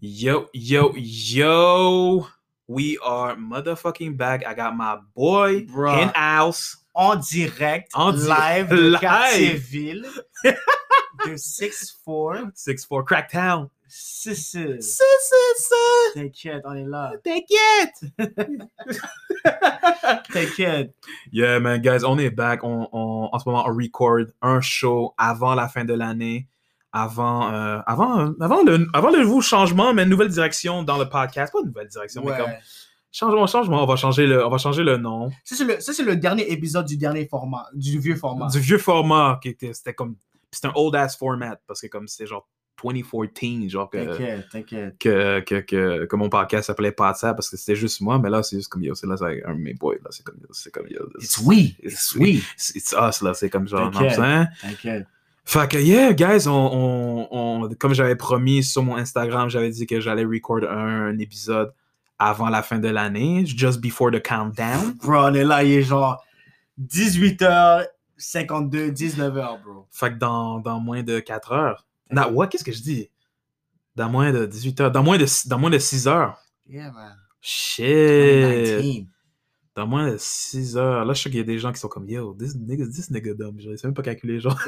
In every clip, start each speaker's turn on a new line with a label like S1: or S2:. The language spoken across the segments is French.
S1: Yo, yo, yo. We are motherfucking back. I got my boy
S2: Bruh.
S1: in house.
S2: en direct,
S1: En di-
S2: live de
S1: live.
S2: Cartierville, de 6-4,
S1: 6'4 Cracktown.
S2: 6
S1: Sis,
S2: T'inquiète, on est là.
S1: T'inquiète.
S2: T'inquiète.
S1: Yeah, man, guys, on est back. On, on- en ce moment, on record un show avant la fin de l'année. Avant, euh, avant, avant, le, avant le nouveau changement, mais une nouvelle direction dans le podcast. Pas une nouvelle direction, mais comme
S2: Ouais.
S1: changement, changement. On va changer le, on va changer le nom.
S2: Ça, c'est le, ça, c'est le dernier épisode du dernier format, du vieux format.
S1: Du vieux format qui était, c'était comme, c'était un old ass format parce que comme c'est genre 2014, genre que,
S2: T'inquiète, t'inquiète.
S1: que, que, que, que mon podcast s'appelait pas ça parce que c'était juste moi, mais là c'est juste comme yo, c'est là c'est un de mes boys, là c'est comme yo, c'est comme yo.
S2: It's we,
S1: It's
S2: it's
S1: we.
S2: we.
S1: It's, it's us là, c'est comme genre, non,
S2: T'inquiète.
S1: hein?
S2: T'inquiète.
S1: Fait que yeah, guys, on, on, on- comme j'avais promis sur mon Instagram, j'avais dit que j'allais record un, un épisode avant la fin de l'année, just before the countdown.
S2: Bro, on est là, il est genre 18h52, 19h, bro.
S1: Fait que dans, dans moins de 4 heures. Non, ouais, qu'est-ce que je dis? Dans moins de 18 heures. Dans moins de, dans moins de 6 heures.
S2: Yeah, man.
S1: Shit!
S2: 19.
S1: Dans moins de 6 heures. Là, je sais qu'il y a des gens qui sont comme Yo, this nigga, this nigga dumb. Je sais même pas calculer, genre.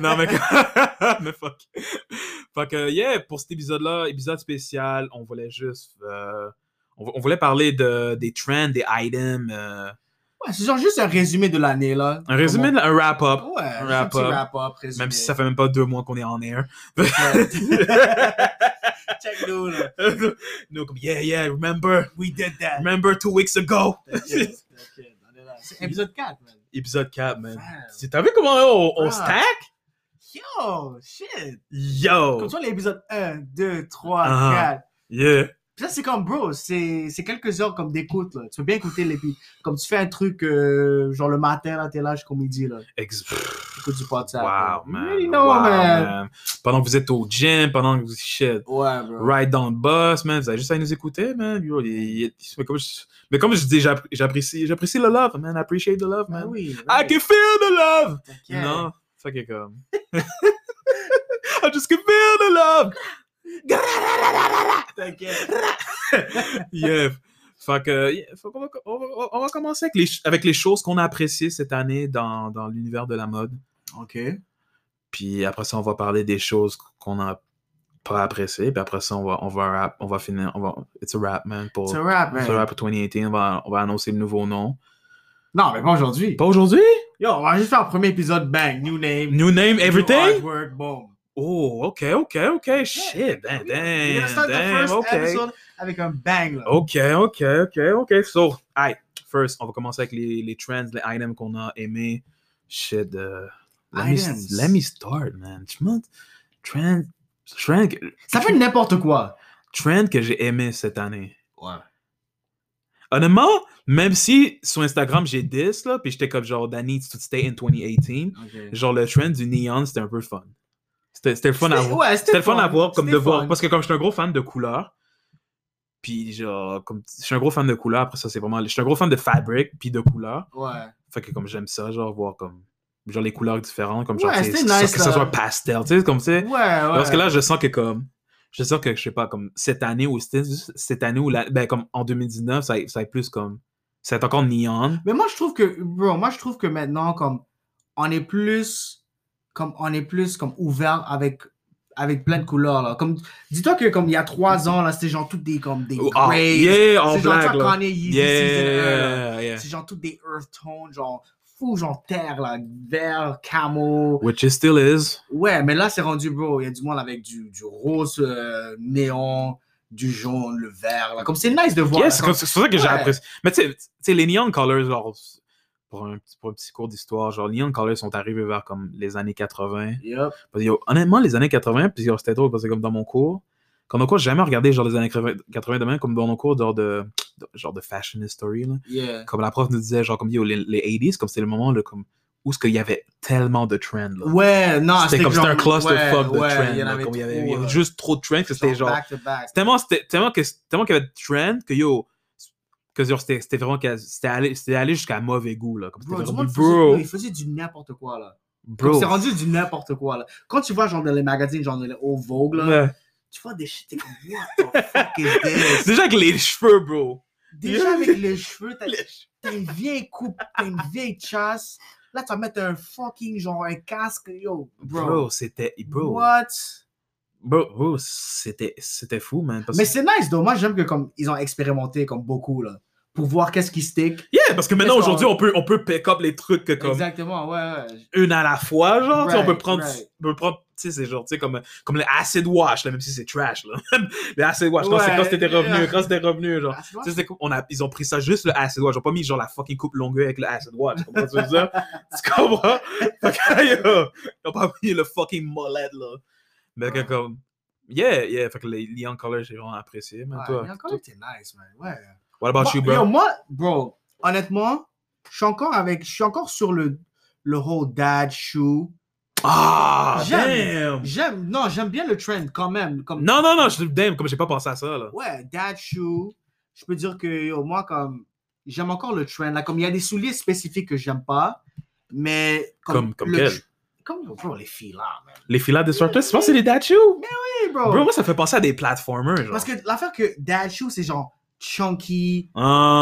S1: non, mais, mais fuck. Fait que, yeah, pour cet épisode-là, épisode spécial, on voulait juste. euh, on, vou- on voulait parler de, des trends, des items. euh,
S2: Ouais, c'est genre juste un résumé de l'année, là.
S1: un résumé, un wrap-up.
S2: Ouais, un
S1: wrap-up.
S2: petit wrap-up, résumé.
S1: Même si ça fait même pas deux mois qu'on est en air.
S2: Check nous, là.
S1: no, comme, yeah, yeah, remember,
S2: We did that.
S1: remember two weeks ago.
S2: T'inquiète, t'inquiète, on est là. C'est épisode 4, man.
S1: Épisode 4, man.
S2: Fam.
S1: Tu- T'as vu comment on, on
S2: Ah.
S1: stack?
S2: Yo, Oh, shit.
S1: Yo!
S2: Comme toi, l'épisode 1, 2, 3,
S1: Oh. Ah.
S2: 4.
S1: Yeah.
S2: Puis ça, c'est comme, bro, c'est c'est quelques heures comme d'écoute, là. Tu peux bien écouter l'épisode. Comme tu fais un truc, euh, genre le matin, là, t'es là jusqu'au midi, là.
S1: Ex-
S2: Écoute du podcast.
S1: wow, man.
S2: You really know,
S1: Wow,
S2: man.
S1: man. Pendant que vous êtes au gym, pendant que vous... Shit.
S2: Ouais, bro.
S1: Ride dans le bus, man. Vous avez juste à nous écouter, man. Yo, il- il- mais, comme je, mais comme je dis, j'app- j'apprécie j'apprécie le love, man. I appreciate the love,
S2: Ben
S1: man.
S2: oui.
S1: I can feel the love!
S2: T'inquiète.
S1: Non, fuck it, comme. I just can feel the love.
S2: T'inquiète.
S1: yeah. Fait que, yeah, fait qu'on va- on, va, on va commencer avec les, ch- avec les choses qu'on a appréciées cette année dans, dans l'univers de la mode.
S2: OK.
S1: Puis après ça, on va parler des choses qu'on n'a pas appréciées. Puis après ça, on va, on va, rap, on va finir. On va, it's a rap, man. Pour,
S2: C'est un rap,
S1: it's a
S2: man.
S1: Oh. rap pour 2018. On va, on va annoncer le nouveau nom.
S2: Non, mais pas aujourd'hui.
S1: Pas aujourd'hui?
S2: Yo, on va juste faire un premier épisode, bang, new name.
S1: New name,
S2: New
S1: everything?
S2: artwork, boom.
S1: Oh, OK, OK, OK. Shit, damn,
S2: We're gonna
S1: damn,
S2: start the
S1: damn, Oh.
S2: first
S1: OK.
S2: episode avec un bang, là.
S1: OK, OK, OK, OK. So, alright, first, on va commencer avec les, les trends, les items qu'on a aimés. Shit, euh, let, me,
S2: Items.
S1: let me start, man. Tu m'as- Trend, trend, que-
S2: Ça fait n'importe quoi.
S1: trend que j'ai aimé cette année.
S2: Ouais.
S1: Honnêtement, même si sur Instagram j'ai 10, là, puis j'étais comme genre, that needs to stay in 2018, genre le trend du neon, c'était un peu fun. C'était c'était le fun à voir.
S2: Ouais,
S1: C'était le fun à voir, comme de
S2: c'était
S1: voir.
S2: fun.
S1: Parce que comme je suis un gros fan de couleurs, puis genre, comme je suis un gros fan de couleurs, après ça, c'est vraiment. Je suis un gros fan de fabric, puis de couleurs.
S2: Ouais.
S1: Fait que comme j'aime ça, genre, voir comme. Genre les couleurs différentes, comme genre,
S2: Ouais,
S1: tu sais,
S2: c'était
S1: que ça-
S2: nice,
S1: que ça
S2: là.
S1: soit pastel, tu sais, comme tu sais.
S2: Ouais, ouais.
S1: Parce que là, je sens que comme. Je sens que, je sais pas, comme cette année ou c'était juste cette année ou la- ben, comme en 2019, ça, ça est plus comme. Ça va être encore neon.
S2: Mais moi, je trouve que, bro, moi, je trouve que maintenant, comme, on est plus, comme, on est plus, comme, ouvert avec, avec plein de couleurs, là. Comme, dis-toi que, comme, il y a trois ans, là, c'était genre toutes des, comme, des
S1: Oh, ah,
S2: grays.
S1: yeah, en
S2: c'est genre,
S1: blague,
S2: tu vois,
S1: là.
S2: Kanye, Yeezy, Season 1, là.
S1: Yeah, yeah.
S2: C'est genre toutes des earth tones, genre, fou, genre, terre, là, vert, camo.
S1: Which it still is.
S2: Ouais, mais là, c'est rendu, bro, il y a du monde avec du, du rose, euh, néon, du jaune, le vert, là. Comme, c'est nice de voir.
S1: Yes,
S2: là,
S1: c'est
S2: comme-
S1: comme- c'est pour ça que j'ai
S2: Ouais.
S1: apprécié. Mais tu sais- tu sais, les Neon Colors, genre, pour un, petit- pour un petit cours d'histoire, genre, les Neon Colors sont arrivés vers comme les années 80.
S2: Yup.
S1: Parce que, yo, honnêtement, les années 80, puis genre, c'était drôle parce que comme dans mon cours, comme mon cours, j'ai jamais regardé genre les années 80 demain, comme dans mon cours genre de, de- genre de fashion history, là.
S2: Yeah.
S1: Comme la prof nous disait, genre, comme yo, les, les 80s, comme c'était le moment là, comme, où ce qu'il y avait tellement de trends, là.
S2: Ouais, non,
S1: c'était comme, c'était un
S2: Ah, genre-
S1: clusterfuck de
S2: ouais,
S1: trends,
S2: Il y en
S1: là,
S2: avait
S1: comme il y avait,
S2: trop,
S1: il y avait
S2: là.
S1: juste trop de trends que c'était genre
S2: Back to back.
S1: c'est tellement c'était tellement que tellement qu'il y avait de trend que yo que genre, c'était c'était vraiment que c'était allé c'était allé jusqu'à mauvais goût là comme c'était
S2: Bro, du
S1: vraiment
S2: monde
S1: bro
S2: Faisait, il faisait du n'importe quoi, là. Comme
S1: Bro.
S2: C'est rendu du n'importe quoi. Là. Quand tu vois genre dans les magazines, genre dans les hauts Vogue, là,
S1: Ouais.
S2: tu vois des shit, t'es comme, what the fuck is this?
S1: Déjà avec les cheveux, bro.
S2: Déjà avec les cheveux, t'as t'as une vieille coupe, t'as une vieille chasse. Là, tu vas mettre un fucking genre un casque, yo,
S1: Bro,
S2: bro.
S1: c'était. Bro.
S2: What?
S1: Bro, bro, c'était c'était fou, man. Parce...
S2: Mais c'est nice, donc moi j'aime que comme ils ont expérimenté comme beaucoup là, pour voir qu'est-ce qui stick.
S1: Yeah, parce que maintenant,
S2: Qu'est-ce qu'on-
S1: aujourd'hui, on peut, on peut pick up les trucs que comme
S2: Exactement, ouais, ouais.
S1: une à la fois, genre. tu sais, on peut
S2: Right,
S1: prendre.
S2: right.
S1: on peut prendre tu sais, c'est genre, tu sais, comme, comme le acid wash, là, même si c'est trash, là. le acid wash, quand c'est- quand
S2: Ouais,
S1: c'était revenu,
S2: yeah.
S1: quand c'était revenu, genre.
S2: Ah, tu vois,
S1: Tu sais, c'est cool. on a, ils ont pris ça juste le acid wash. Ils ont pas mis genre la fucking coupe longueur avec le acid wash. Tu comprends ce que je veux dire? Tu comprends? Fait que, yo, ils ont pas mis le fucking mollet là. Mais que
S2: Ouais.
S1: comme. Yeah, yeah. Fait que les, les young colors, j'ai vraiment apprécié. Mais
S2: ouais,
S1: toi,
S2: mais encore,
S1: toi-
S2: t'es nice, man. Ouais.
S1: what about
S2: Moi-
S1: you, bro?
S2: yo, moi, bro, honnêtement, je suis encore avec, je suis encore sur le le whole dad shoe.
S1: Ah, damn!
S2: J'aime. J'aime, non, j'aime bien le trend quand même, comme
S1: Non, non, non, je, damn, comme j'ai pas pensé à ça, là.
S2: ouais, dad shoe. Je peux dire que yo, moi comme j'aime encore le trend là, comme il y a des souliers spécifiques que j'aime pas, mais
S1: Comme-
S2: comme
S1: comme
S2: le
S1: quel?
S2: tr- comme yo, bro les filles là, man.
S1: Les filades de Startless, je pense que c'est des Dachu.
S2: Hey, bro.
S1: Bro, moi, ça fait penser à des platformers, genre.
S2: Parce que l'affaire que dad shoe c'est genre chunky,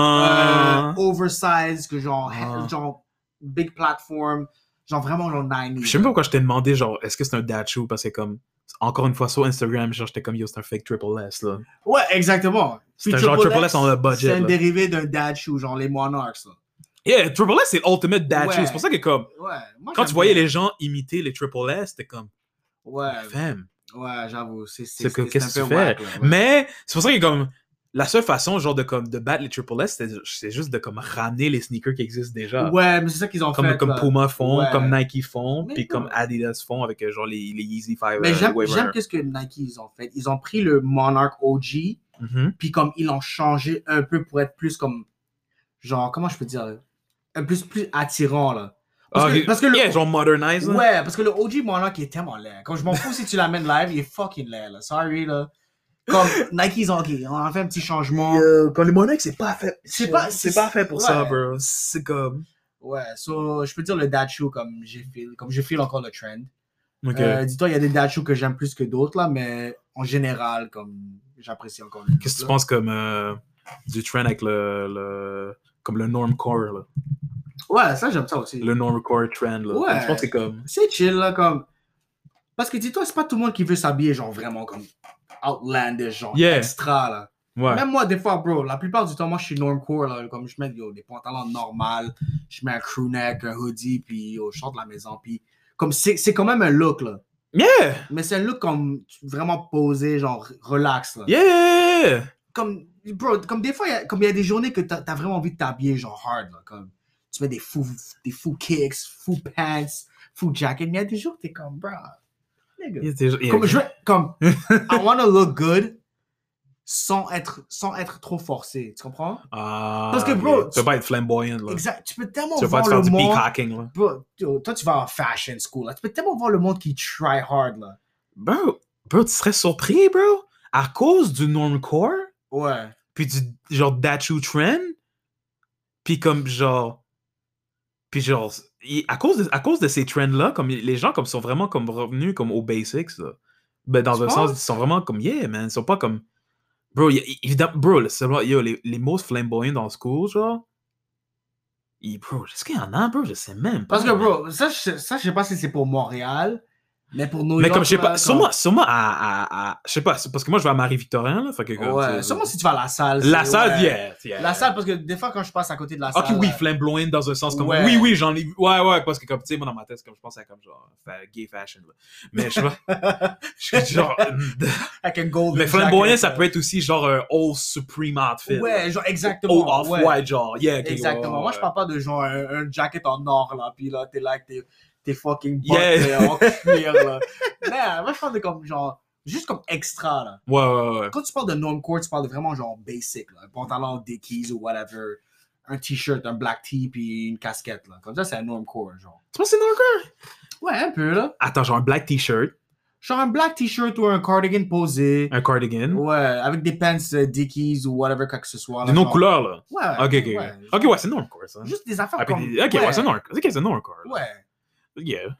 S1: Ah.
S2: euh, oversized, que genre
S1: Ah.
S2: genre big platform, genre vraiment genre 90s.
S1: Je sais même pas pourquoi je t'ai demandé, genre, est-ce que c'est un Dachu? Parce que, comme, encore une fois, sur Instagram, genre, j'étais comme, yo, c'est un fake triple S, là.
S2: Ouais, exactement.
S1: C'est
S2: Puis
S1: un genre Triple S en le budget,
S2: C'est un
S1: là.
S2: dérivé d'un dad shoe, genre les Monarchs. Là.
S1: Yeah, Triple S, c'est l'ultimate dad shoe.
S2: Ouais.
S1: C'est pour ça que, comme,
S2: Ouais. Moi,
S1: quand
S2: j'aime
S1: tu voyais
S2: bien.
S1: les gens imiter les Triple S, t'es comme,
S2: Ouais,
S1: femme.
S2: ouais j'avoue. C'est
S1: C'est que, qu'est-ce que tu
S2: un peu
S1: fais?
S2: whack, là, ouais.
S1: Mais, c'est pour ça que, comme, la seule façon, genre, de, comme, de battre les Triple S, c'est- c'est juste de, comme, ramener les sneakers qui existent déjà.
S2: Ouais, mais c'est ça qu'ils ont
S1: Comme,
S2: fait.
S1: comme
S2: là.
S1: Puma euh, font,
S2: Ouais.
S1: comme Nike font,
S2: Mais
S1: puis
S2: non.
S1: comme Adidas font avec euh, genre les, les Yeezy 5
S2: Mais
S1: euh,
S2: j'aime
S1: Wave
S2: j'aime
S1: Runner.
S2: qu'est-ce que Nike ils ont fait. Ils ont pris le Monarch OG,
S1: Mhm.
S2: puis comme ils l'ont changé un peu pour être plus comme. Genre, comment je peux dire? là? Un plus, plus attirant, là. Parce
S1: Ah,
S2: que, parce que le,
S1: Yeah, genre modernize. là.
S2: Ouais, parce que le OG Monarch il est tellement laid. Comme je m'en fous si tu l'amènes live, il est fucking laid, là. Sorry, là. Comme Nike, ils ont, ok, on a fait un petit changement.
S1: Euh, quand les Monarchs, c'est pas fait.
S2: C'est pas-
S1: c'est pas fait pour
S2: ouais.
S1: ça, bro. C'est comme.
S2: Ouais, so, je peux dire le dad shoe comme j'ai feel, comme je feel encore le trend.
S1: Ok.
S2: Euh, Dis-toi, il y a des dad shoes que j'aime plus que d'autres, là, mais en général, comme j'apprécie encore le
S1: Qu'est-ce que tu
S2: look,
S1: penses comme euh, du trend avec le, le comme le normcore là,
S2: là. Ouais, ça, j'aime ça aussi.
S1: le normcore trend là.
S2: Ouais.
S1: Je pense que c'est comme.
S2: C'est chill, là, comme. Parce que dis-toi, c'est pas tout le monde qui veut s'habiller, genre vraiment comme outlandish, genre
S1: Yeah.
S2: extra, là.
S1: Ouais.
S2: Même moi, des fois, bro, la plupart du temps, moi, je suis normcore, là, comme je mets yo, des pantalons normales, je mets un crewneck, un hoodie, puis yo, je sors de la maison, puis comme c'est c'est quand même un look, là.
S1: Yeah.
S2: Mais c'est un look comme vraiment posé, genre relax, là.
S1: Yeah.
S2: Comme, bro, comme des fois, il y a- comme il y a des journées que t'as as vraiment envie de t'habiller, genre hard, là, comme tu mets des fous, des fous kicks, fous pants, fous jacket, mais il y a des jours que t'es comme, bro, nigga.
S1: Yeah, t'es- yeah.
S2: Comme, je veux- comme, I wanna look good sans être, sans être trop forcé, tu comprends?
S1: Ah,
S2: Parce que, bro,
S1: yeah. tu veux pas être flamboyant là.
S2: Exact. Tu peux tellement
S1: Tu veux pas
S2: voir
S1: te faire
S2: le
S1: du
S2: monde.
S1: peacocking là.
S2: Bro, yo, toi, tu vas en fashion school. Là. Tu peux tellement voir le monde qui try hard. Là.
S1: Bro, bro, tu serais surpris, bro, à cause du normcore.
S2: Ouais.
S1: puis du genre Dachu Trend, puis comme genre, puis genre, il- à cause de, à cause de ces trends là, comme il- les gens comme sont vraiment comme revenus comme aux basics, là. ben dans
S2: Tu
S1: un sens
S2: penses?
S1: ils sont vraiment comme yeah man, ils sont pas comme bro, y- y- évidemment bro, là, c'est vraiment- yo, les les most flamboyants dans school genre, ils- bro, est-ce qu'il y en a bro, je sais même pas.
S2: Parce que,
S1: man.
S2: bro, ça, je, ça, je sais pas si c'est pour Montréal, mais pour New
S1: mais
S2: York.
S1: comme je sais
S2: là,
S1: pas, sûrement, sûrement à, à, à- je sais pas, c'est parce que moi je vais à Marie-Victorin là, fait que comme,
S2: Ouais,
S1: c'est-
S2: sûrement si tu vas à la salle.
S1: la
S2: c'est-
S1: salle,
S2: ouais.
S1: yeah, yeah.
S2: La salle, parce que des fois, quand je passe à côté de la salle.
S1: Ah,
S2: euh,
S1: Ok, oui,
S2: là,
S1: flamboyant dans un sens comme.
S2: Ouais.
S1: Oui, oui, j'en ai vu. Ouais, ouais, parce que comme, tu sais, moi dans ma tête, c'est comme je pense à comme genre fa- gay fashion. Là. Mais je sais pas. je suis genre. euh,
S2: Avec un golden.
S1: Mais flamboyant,
S2: jacket,
S1: ça
S2: là.
S1: peut être aussi genre un old supreme outfit.
S2: Ouais, genre, exactement.
S1: Old Oh, off-white,
S2: ouais.
S1: genre. Yeah, ok, ouais,
S2: Exactement.
S1: ouais,
S2: Moi, je
S1: ouais.
S2: parle pas de genre un, un jacket en or, là, puis là, t'es là, avec t'es, t'es fucking butt,
S1: Yeah.
S2: là, en cuir, là. Non, moi, je parle de comme genre, juste comme extra, là.
S1: Ouais, ouais, ouais.
S2: Quand tu parles de normcore, tu parles de vraiment genre basic, là. Un pantalon Dickies ou whatever, un t-shirt, un black tee, puis une casquette, là. Comme ça, c'est un normcore, genre.
S1: Tu penses que c'est normal?
S2: Ouais, un peu, là.
S1: Attends, genre un black t-shirt,
S2: Genre un black t-shirt ou un cardigan posé.
S1: un cardigan.
S2: Ouais, avec des pants euh, Dickies ou whatever, quoi que ce soit.
S1: De
S2: là,
S1: nos
S2: genre.
S1: couleurs, là.
S2: Ouais.
S1: Ok, ok,
S2: ouais.
S1: ok. Ok, ouais, c'est normcore, ça.
S2: Juste des affaires
S1: Ah, puis-
S2: comme...
S1: ok, ouais, c'est normcore. Ok, c'est normcore. là.
S2: Ouais.
S1: Yeah.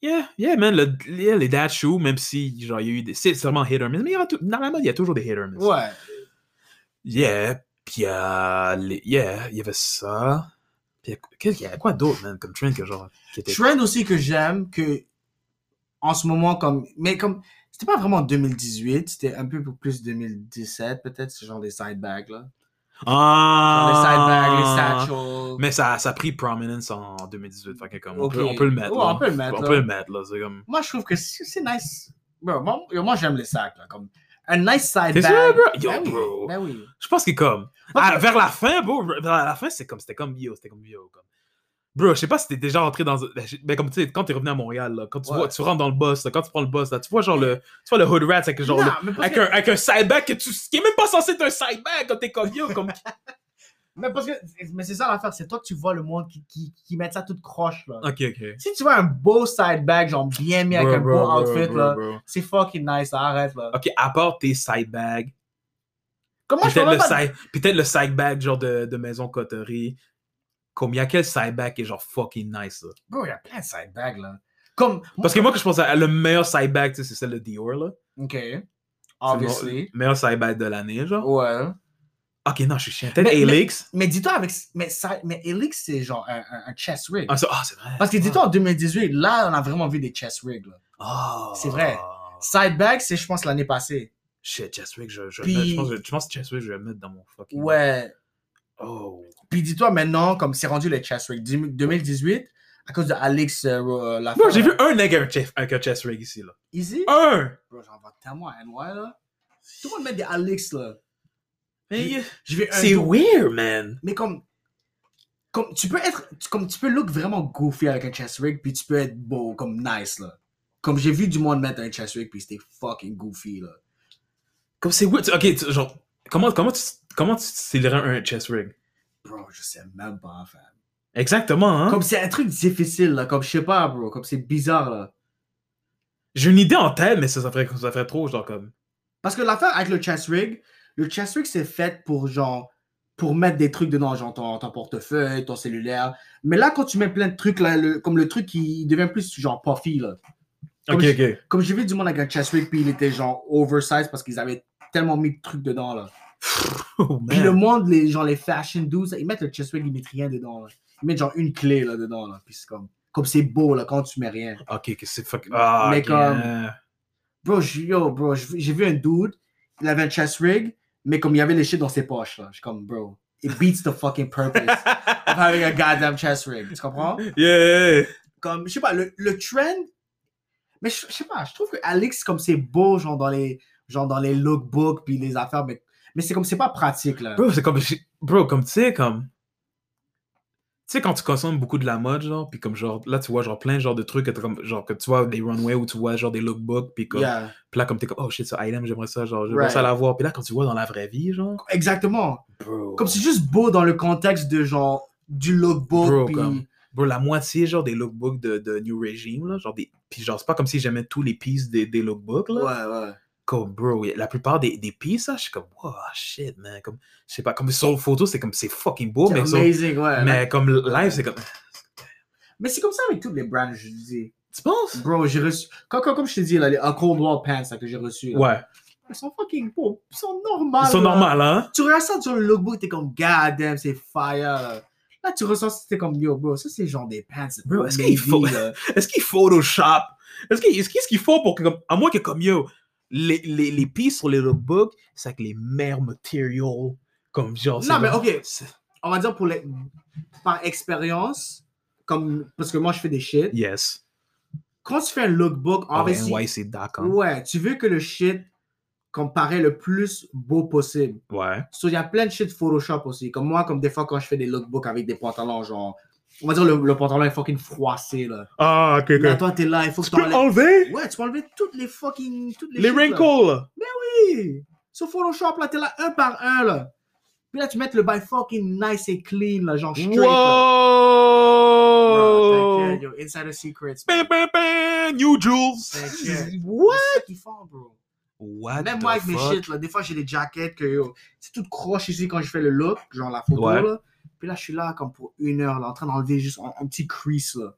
S1: Yeah, yeah, man, le- yeah, les dad shoes, même si, genre, il y a eu des. C'est seulement hit or miss, mais il y aura tout- dans la mode, il y a toujours des hit or miss.
S2: Ouais.
S1: Yeah, pis euh, les- yeah, il y avait ça. Pis il y a- qu'est-ce qu'il y a quoi d'autre, man, comme trend que genre. Qui était...
S2: Trend aussi que j'aime, que en ce moment, comme. Mais comme. C'était pas vraiment 2018, c'était un peu plus 2017, peut-être, ce genre des sidebags, là. Genre les sidebags, les satchels.
S1: Ah! Mais ça, ça a pris prominence en 2018, fait que comme, on,
S2: Ok.
S1: peut, on peut le mettre.
S2: Ouais,
S1: là.
S2: on peut le mettre,
S1: On
S2: là.
S1: peut le mettre, là. C'est comme.
S2: Moi, je trouve que c'est c'est nice. Bro, moi, yo, moi, j'aime les sacs, là. Comme. Un nice
S1: T'es
S2: sidebag.
S1: sûr, bro? Yo,
S2: Ben oui,
S1: bro.
S2: Ben oui.
S1: Je pense que comme. à- Ah, vers la fin, bro, vers la fin, c'est comme, c'était comme yo, c'était comme yo. Comme. Bro, je sais pas si t'es déjà rentré dans. Mais ben, comme tu sais, quand t'es revenu à Montréal, là, quand tu,
S2: Ouais.
S1: vois, tu rentres dans le bus, là, quand tu prends le bus, là, tu vois genre le, tu vois le hood rats avec genre
S2: Non,
S1: le-
S2: mais parce
S1: avec,
S2: que-
S1: un, avec un sideback que tu, qui est même pas censé être un sideback quand t'es comme yo, comme
S2: Mais parce que, mais c'est ça l'affaire, c'est toi que tu vois le monde qui, qui, qui met ça toute croche, là.
S1: Ok, ok.
S2: Si tu vois un beau side bag, genre bien mis avec
S1: Bro,
S2: un
S1: bro,
S2: beau
S1: bro,
S2: outfit,
S1: bro,
S2: là,
S1: bro.
S2: c'est fucking nice, arrête, là.
S1: Ok, à part tes sidebags,
S2: Comment je peux
S1: peut-être le,
S2: même pas...
S1: side, peut-être le sidebag genre de, de maison coterie. Comme il y a quel sidebag qui est genre fucking nice, là?
S2: Bro, il y a plein de side bags, là. Comme...
S1: Parce que moi, que je pense à le meilleur sidebag, tu sais, c'est celle de Dior, là.
S2: OK.
S1: C'est mon-
S2: Obviously.
S1: Meilleur sidebag de l'année, genre.
S2: Ouais.
S1: Ok, non, je suis chiant. Peut-être
S2: Mais-
S1: Alix.
S2: Mais dis-toi avec... Mais, side... mais Elix, c'est genre un, un, un chest rig.
S1: Ah, ça- ah, c'est vrai.
S2: Parce que dis-toi, en 2018, là, on a vraiment vu des chest rigs, là.
S1: Ah.
S2: C'est vrai. Side bag, c'est, je pense, l'année passée.
S1: Shit, Cheswick, je, je,
S2: Puis-
S1: je, pense, que- je pense que Cheswick, je vais le mettre dans mon fucking.
S2: Ouais.
S1: Oh.
S2: Puis dis-toi, maintenant, comme c'est rendu les chest rigs. 2018, à cause de Alex euh, euh, la
S1: Moi, j'ai vu un nègre avec un chest- avec un Cheswick ici, là.
S2: Easy.
S1: Un!
S2: Bro, j'en vois tellement à NY, là. Tout le monde met des Alex, là.
S1: Mais il-
S2: Je vais un
S1: C'est
S2: dos-
S1: weird, man.
S2: Mais comme. Comme tu peux être. tu- Comme tu peux look vraiment goofy avec un chest rig, puis tu peux être beau, comme nice, là. Comme j'ai vu du monde mettre un chest rig, puis c'était fucking goofy, là.
S1: Comme c'est weird. Ok, tu- genre, comment, comment tu comment tu stillerais un chest rig?
S2: Bro, je sais même pas, fam.
S1: Hein? Exactement, hein?
S2: Comme c'est un truc difficile, là. Comme je sais pas, bro. Comme c'est bizarre, là.
S1: J'ai une idée en tête, mais ça, ça, ferait, ça ferait trop, genre, comme.
S2: Parce que l'affaire avec le chest rig, le chest rig, c'est fait pour genre. Pour mettre des trucs dedans, genre ton, ton portefeuille, ton cellulaire. Mais là, quand tu mets plein de trucs, là, le- comme le truc, il devient plus genre puffy, là. Comme
S1: Ok,
S2: je-
S1: ok.
S2: Comme j'ai vu du monde avec un chest rig, puis il était genre oversize parce qu'ils avaient tellement mis de trucs dedans, là.
S1: Oh,
S2: Puis le
S1: man.
S2: monde, les, genre les fashion dudes, ils mettent le chest rig, ils mettent rien dedans, là. Ils mettent genre une clé, là, dedans, là. Puis c'est comme, comme c'est beau, là, quand tu mets rien.
S1: Ok, ok, c'est fuck. Ah,
S2: Mais
S1: ok.
S2: comme- Bro, je- yo, bro, je- j'ai vu un dude, il avait un chest rig, mais comme il avait les shit dans ses poches, là. Je suis comme, bro, it beats the fucking purpose of having a goddamn chest rig. Tu comprends?
S1: yeah!
S2: Comme, je sais pas, le, le trend, mais je, je sais pas, je trouve que Alex, comme c'est beau, genre dans les, genre dans les lookbooks, puis les affaires, mais, mais c'est comme, c'est pas pratique, là.
S1: Bro, c'est comme. j'ai- Bro, comme tu sais, comme. Tu sais, quand tu consommes beaucoup de la mode, genre, puis comme genre, là, tu vois, genre, plein genre de trucs, que t'as comme, genre, que tu vois des runways où tu vois, genre, des lookbooks, puis comme,
S2: Yeah.
S1: puis là, comme t'es comme, oh shit, ça item, j'aimerais ça, genre, j'aimerais
S2: Right.
S1: ça l'avoir, puis là, quand tu vois dans la vraie vie, genre,
S2: Exactement.
S1: bro,
S2: Comme c'est juste beau dans le contexte de genre du lookbook.
S1: Bro,
S2: puis-
S1: comme- Bro, la moitié, genre, des lookbooks de, de New Regime, là, genre, des... Puis genre, c'est pas comme si j'aimais tous les pieces des, des lookbooks, là.
S2: Ouais, ouais.
S1: Comme, bro, la plupart des, des pieces, là, je suis comme, wow, shit, man. Comme, je sais pas, comme sur photo, c'est comme, c'est fucking beau,
S2: C'est
S1: mais, sur-
S2: amazing, ouais. Mais,
S1: mais comme live, c'est comme,
S2: c'est comme ça avec toutes les brands, je te dis.
S1: tu penses?
S2: Bro, j'ai reçu. Comme, comme, comme je te dis, là, les un Cold War Pants là, que j'ai reçu. là,
S1: Ouais,
S2: Elles sont fucking beaux. Elles sont normales.
S1: ils sont
S2: là.
S1: normales, hein?
S2: Tu regardes ça sur le lookbook, t'es comme, god damn, c'est fire. Là, Là, tu ressens, ça, t'es comme, yo, bro, ça c'est genre des pants.
S1: Bro, est-ce
S2: navy,
S1: qu'il faut-
S2: là.
S1: Est-ce qu'ils Photoshop? Est-ce qu'ils est ce qu'il faut pour que, comme, à moins que comme yo, les, les, les pieces sur les lookbooks, c'est avec les meilleurs materials, comme genre. c'est
S2: Non, mais
S1: comme-
S2: ok.
S1: c'est-
S2: On va dire pour les. Par expérience, comme. Parce que moi, je fais des shit.
S1: Yes.
S2: Quand tu fais un lookbook, en
S1: Oh,
S2: récit.
S1: NYC.com.
S2: Ouais, tu veux que le shit comparaît le plus beau possible.
S1: Ouais.
S2: So, il y a plein de shit Photoshop aussi. Comme moi, comme des fois, quand je fais des lookbooks avec des pantalons, genre, on va dire le, le pantalon est fucking froissé, là.
S1: Ah, ok,
S2: Là, toi, t'es là, il faut que
S1: Tu peux
S2: t'enlèves.
S1: enlever
S2: Ouais, tu peux enlever toutes les fucking. Toutes les
S1: les
S2: shit, là.
S1: wrinkles, là.
S2: Oui! Sur Photoshop, là, t'es là un par un, là. Puis là, tu mets le bail fucking nice et clean, là, genre straight. là. Bro,
S1: Wow!
S2: t'inquiète, yo, Insider Secrets. bro.
S1: Bam, bam, bam, New
S2: T'inquiète.
S1: Jules! What?
S2: C'est ça qu'ils font, bro.
S1: What
S2: Même
S1: the
S2: moi avec mes
S1: fuck?
S2: shit, là, des fois j'ai des jackets que yo, c'est toute croche ici quand je fais le look, genre la photo
S1: Ouais.
S2: là. Puis là, je suis là comme pour une heure, là, en train d'enlever juste un, un petit crease là.